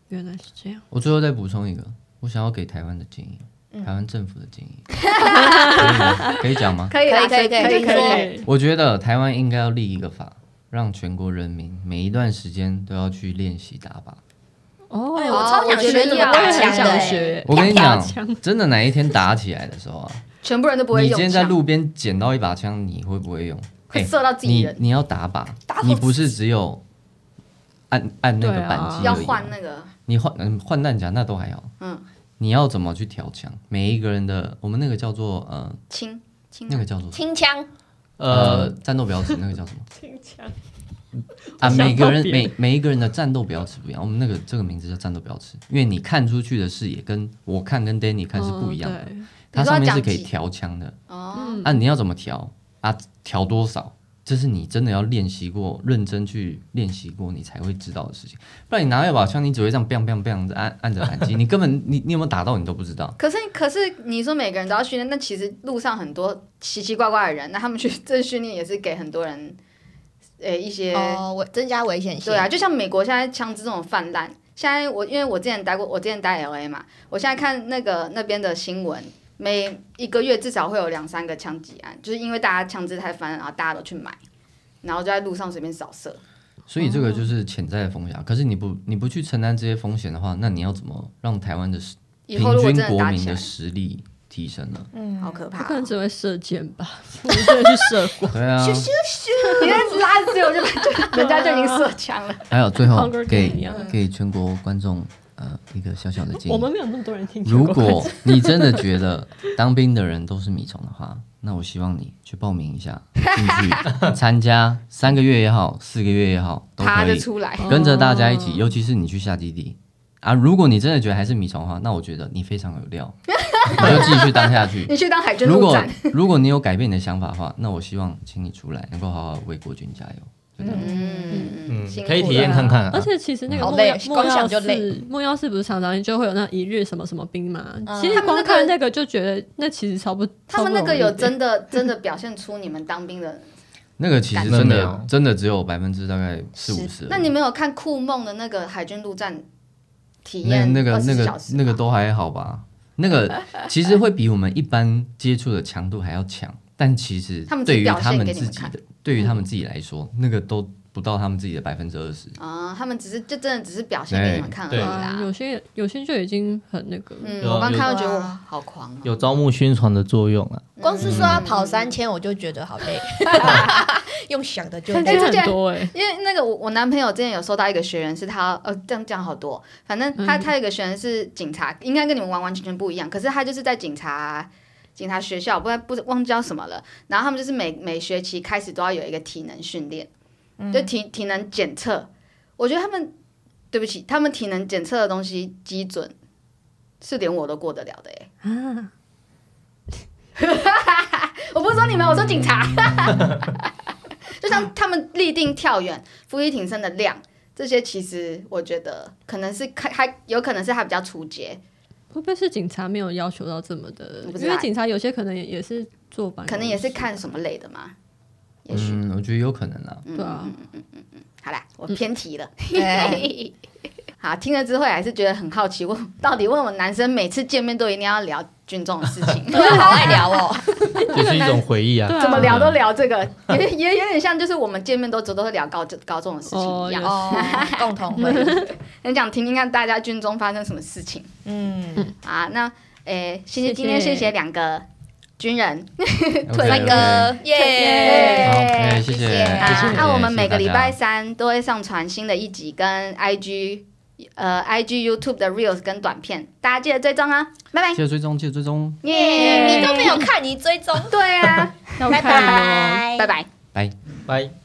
[SPEAKER 1] 原来是这样。
[SPEAKER 5] 我最后再补充一个，我想要给台湾的建议，
[SPEAKER 3] 嗯
[SPEAKER 5] 台湾政府的建议，可
[SPEAKER 3] <laughs>
[SPEAKER 5] 以吗？可以讲吗？
[SPEAKER 3] 可以啦
[SPEAKER 4] 可以
[SPEAKER 3] 可
[SPEAKER 4] 可以可以
[SPEAKER 3] 以可以。
[SPEAKER 1] 对，
[SPEAKER 5] 我觉得台湾应该要立一个法，让全国人民每一段时间都要去练习打靶。
[SPEAKER 1] 哦，
[SPEAKER 4] 哎
[SPEAKER 3] 我超想
[SPEAKER 1] 我觉得
[SPEAKER 3] 学怎么
[SPEAKER 1] 我
[SPEAKER 3] 打
[SPEAKER 1] 也很
[SPEAKER 4] 枪的
[SPEAKER 1] 想
[SPEAKER 4] 哎
[SPEAKER 1] 学，
[SPEAKER 5] 我跟你讲
[SPEAKER 1] 打枪，
[SPEAKER 5] 真的哪一天打起来的时候啊，
[SPEAKER 3] 全部人都 <laughs> 不会
[SPEAKER 5] 你
[SPEAKER 3] 用
[SPEAKER 5] 今
[SPEAKER 3] 枪，
[SPEAKER 5] 天在路边捡到一把枪，你会不会用？
[SPEAKER 3] 会
[SPEAKER 5] 哎
[SPEAKER 3] 射到自己
[SPEAKER 5] 你
[SPEAKER 3] 人，
[SPEAKER 5] 你要打靶，你不是只有按按那个
[SPEAKER 1] 对啊
[SPEAKER 5] 扳机而已啊，
[SPEAKER 3] 要换那个
[SPEAKER 5] 你换嗯换弹夹那都还好，
[SPEAKER 3] 嗯，
[SPEAKER 5] 你要怎么去调腔？每一个人的，我们那个叫做呃，
[SPEAKER 3] 亲亲
[SPEAKER 5] 那个叫做
[SPEAKER 4] 清腔，
[SPEAKER 5] 呃
[SPEAKER 6] 呃，
[SPEAKER 5] 战斗标尺，那个叫
[SPEAKER 3] <laughs>
[SPEAKER 5] 什么
[SPEAKER 1] 清腔，
[SPEAKER 5] 啊？
[SPEAKER 1] 我想
[SPEAKER 5] 每个人
[SPEAKER 1] 到别人
[SPEAKER 5] 每每一个人的战斗标尺不一样，我们那个这个名字叫战斗标尺，因为你看出去的视野跟我看跟 Danny 看是不一样的，
[SPEAKER 1] 哦
[SPEAKER 5] 它上面是可
[SPEAKER 3] 比如说要讲
[SPEAKER 5] 以
[SPEAKER 3] 几
[SPEAKER 5] 调腔的
[SPEAKER 3] 哦，
[SPEAKER 5] 啊，你要怎么调啊？调多少？这是你真的要练习过，认真去练习过，你才会知道的事情。不然你拿一把枪，你只会这样 biang biang biang 按按着扳机，你根本你你有没有打到你都不知道。
[SPEAKER 3] 可是可是你说每个人都要训练，那其实路上很多奇奇怪怪的人，那他们去这训练也是给很多人，呃、一些、
[SPEAKER 4] 哦，我增加危险性。
[SPEAKER 3] 对啊，就像美国现在枪支这种泛滥，现在我因为我之前待过，我之前待 L A 嘛，我现在看那个那边的新闻，每一个月至少会有两三个枪击案，就是因为大家枪支太泛滥，然后大家都去买，然后就在路上随便扫射。
[SPEAKER 5] 所以这
[SPEAKER 3] 哦
[SPEAKER 5] 个就是潜在的风险啊。可是你不你不去承担这些风险的话，那你要怎么让台湾的实
[SPEAKER 3] 以
[SPEAKER 5] 平
[SPEAKER 3] 后如果
[SPEAKER 5] 均
[SPEAKER 3] 真的
[SPEAKER 5] 国
[SPEAKER 3] 打
[SPEAKER 5] 民
[SPEAKER 3] 起来
[SPEAKER 5] 的，实力提升呢？
[SPEAKER 3] 好可怕、
[SPEAKER 1] 他可
[SPEAKER 3] 哦
[SPEAKER 1] 能！只会射箭吧， <laughs> 我真的是射过。
[SPEAKER 5] 对啊，
[SPEAKER 3] 你在拉只我就把就 <laughs> 人家就已经射枪了。
[SPEAKER 5] 还有最后
[SPEAKER 1] Hunger
[SPEAKER 5] 给
[SPEAKER 1] Game
[SPEAKER 3] 嗯
[SPEAKER 1] 一样
[SPEAKER 5] 给全国观众呃一个小小的建
[SPEAKER 1] 我
[SPEAKER 5] 议
[SPEAKER 1] 们。没有那么多人听全
[SPEAKER 5] 如
[SPEAKER 1] 国快
[SPEAKER 5] 果
[SPEAKER 1] 闪。
[SPEAKER 5] 你真的觉得当兵的人都是米虫的话，那我希望你去报名一下，进去参加三个月也好，四个月也好，都
[SPEAKER 3] 爬
[SPEAKER 5] 可
[SPEAKER 3] 着
[SPEAKER 5] 以
[SPEAKER 3] 出来，
[SPEAKER 5] 跟着大家
[SPEAKER 3] 哦
[SPEAKER 5] 一起。尤其是你去下基地啊，如果你真的觉得还是米虫的话，那我觉得你非常有料，你就继续当下去。
[SPEAKER 3] <laughs> 你去当海军
[SPEAKER 5] 如
[SPEAKER 3] 陆
[SPEAKER 5] 果
[SPEAKER 3] 战，
[SPEAKER 5] <laughs> 如果你有改变你的想法的话，那我希望请你出来，能够好好为国军加油。就这样
[SPEAKER 3] 嗯
[SPEAKER 6] 嗯
[SPEAKER 3] 辛，苦
[SPEAKER 6] 可以体验
[SPEAKER 3] 了
[SPEAKER 6] 看看啊。
[SPEAKER 1] 而且其实那个
[SPEAKER 4] 好
[SPEAKER 1] 木
[SPEAKER 4] 累
[SPEAKER 1] 曜木
[SPEAKER 4] 光想
[SPEAKER 1] 曜
[SPEAKER 4] 就累
[SPEAKER 1] 寺，木曜寺不是常常就会有那一日什么什么兵嘛？其实光看那个就觉得那其实超不，
[SPEAKER 3] 嗯他们那个有
[SPEAKER 1] 真
[SPEAKER 3] 真 <laughs> 的真的表现出你们当兵的。
[SPEAKER 5] 那个其实
[SPEAKER 6] 感
[SPEAKER 5] 真
[SPEAKER 6] 觉没有
[SPEAKER 5] 的真的只有百分之大概四五十。
[SPEAKER 3] 那你们有看酷梦的那个海军陆战体
[SPEAKER 5] 那
[SPEAKER 3] 验
[SPEAKER 5] 那个那
[SPEAKER 3] 24小
[SPEAKER 5] 个
[SPEAKER 3] 时吗
[SPEAKER 5] 那个都还好吧？
[SPEAKER 3] <laughs>
[SPEAKER 5] 那个其实会比我们一般接触的强度还要强，但其实
[SPEAKER 3] 他们自己
[SPEAKER 5] 对于
[SPEAKER 3] 表现
[SPEAKER 5] 他们
[SPEAKER 3] 给你
[SPEAKER 5] 自
[SPEAKER 3] 们
[SPEAKER 5] 己
[SPEAKER 3] 看嗯
[SPEAKER 5] 的，对于他们自己来说，那个都不到他们自己的百分之二十。
[SPEAKER 3] 啊，他们只是就真的只是表
[SPEAKER 5] 哎
[SPEAKER 3] 现给你们看而已
[SPEAKER 6] 对
[SPEAKER 1] 啊，
[SPEAKER 3] 啦。
[SPEAKER 1] 有些有些就已经很那个，
[SPEAKER 3] 嗯，
[SPEAKER 6] 有啊
[SPEAKER 3] 我刚
[SPEAKER 6] 有
[SPEAKER 3] 看到觉
[SPEAKER 4] 啊
[SPEAKER 3] 得我好狂哦。
[SPEAKER 6] 有招募宣传的作用啊。
[SPEAKER 4] 光是说要跑三千，我就觉得好 <laughs> 累，用想 <laughs> 的就
[SPEAKER 1] 但
[SPEAKER 4] 累。
[SPEAKER 1] 是很多哎、
[SPEAKER 3] <laughs> 因为那个我我男朋友之前有收到一个学员是他呃这样讲好多，反正他、他有一个学员是警察，应该跟你们完完全全不一样，可是他就是在警察警察学校，不然不忘记叫什么了。然后他们就是每每学期开始都要有一个体能训练，就体体能检测。我觉得他们对不起，他们体能检测的东西基准是连我都过得了的欸耶。 <laughs> 我不是说你们，我说警察。就像他们立定跳远、伏地挺身的量，这些其实我觉得可能是开还有可能是他比较出街，
[SPEAKER 1] 会不会是警察没有要求到这么的
[SPEAKER 3] 我不？知
[SPEAKER 1] 因
[SPEAKER 3] 道
[SPEAKER 1] 为警察有些可能也也是做办公室，
[SPEAKER 3] 可能也是看什么类的嘛。也许、
[SPEAKER 5] 嗯，我觉得有可能啊。
[SPEAKER 1] 对
[SPEAKER 3] 嗯
[SPEAKER 1] 啊，
[SPEAKER 3] 好啦，我偏题了。
[SPEAKER 4] 对啊
[SPEAKER 3] 好，听了之后还是觉得很好奇，问到底问我男生每次见面都一定要聊军中的事情， <laughs>
[SPEAKER 4] 对，好爱聊哦。
[SPEAKER 6] 就是一种回忆啊
[SPEAKER 1] 对啊。
[SPEAKER 3] 怎么聊都聊这个，也也也有点像就是我们见面都都会聊高高中的事情
[SPEAKER 1] 哦
[SPEAKER 3] 一样。
[SPEAKER 4] <laughs> 哦，共同回忆。
[SPEAKER 3] 很想听听看大家军中发生什么事情。
[SPEAKER 4] 嗯，
[SPEAKER 3] 啊，那诶，谢谢
[SPEAKER 1] 谢
[SPEAKER 3] 今天谢
[SPEAKER 1] 谢
[SPEAKER 3] 谢两个军人，
[SPEAKER 5] OK，
[SPEAKER 4] 帅
[SPEAKER 5] OK
[SPEAKER 4] 哥，耶！
[SPEAKER 5] 好，OK，谢谢。
[SPEAKER 4] 谢谢啊
[SPEAKER 5] 谢
[SPEAKER 3] 啊
[SPEAKER 5] 谢，
[SPEAKER 3] 那我们每个礼拜
[SPEAKER 5] 谢谢
[SPEAKER 3] 三都会上传新的一集跟 IG 呃 IG YouTube 的 Reels 跟短片，大家记得追踪啊，拜
[SPEAKER 5] 大家
[SPEAKER 3] 拜，
[SPEAKER 5] 记得追踪，记得追踪，
[SPEAKER 3] 耶！
[SPEAKER 4] 你都没有看，你追踪，
[SPEAKER 3] 对啊，
[SPEAKER 1] 要
[SPEAKER 4] 拜
[SPEAKER 1] 看哦。
[SPEAKER 4] 拜
[SPEAKER 3] 拜。拜。
[SPEAKER 5] 拜。
[SPEAKER 6] 拜。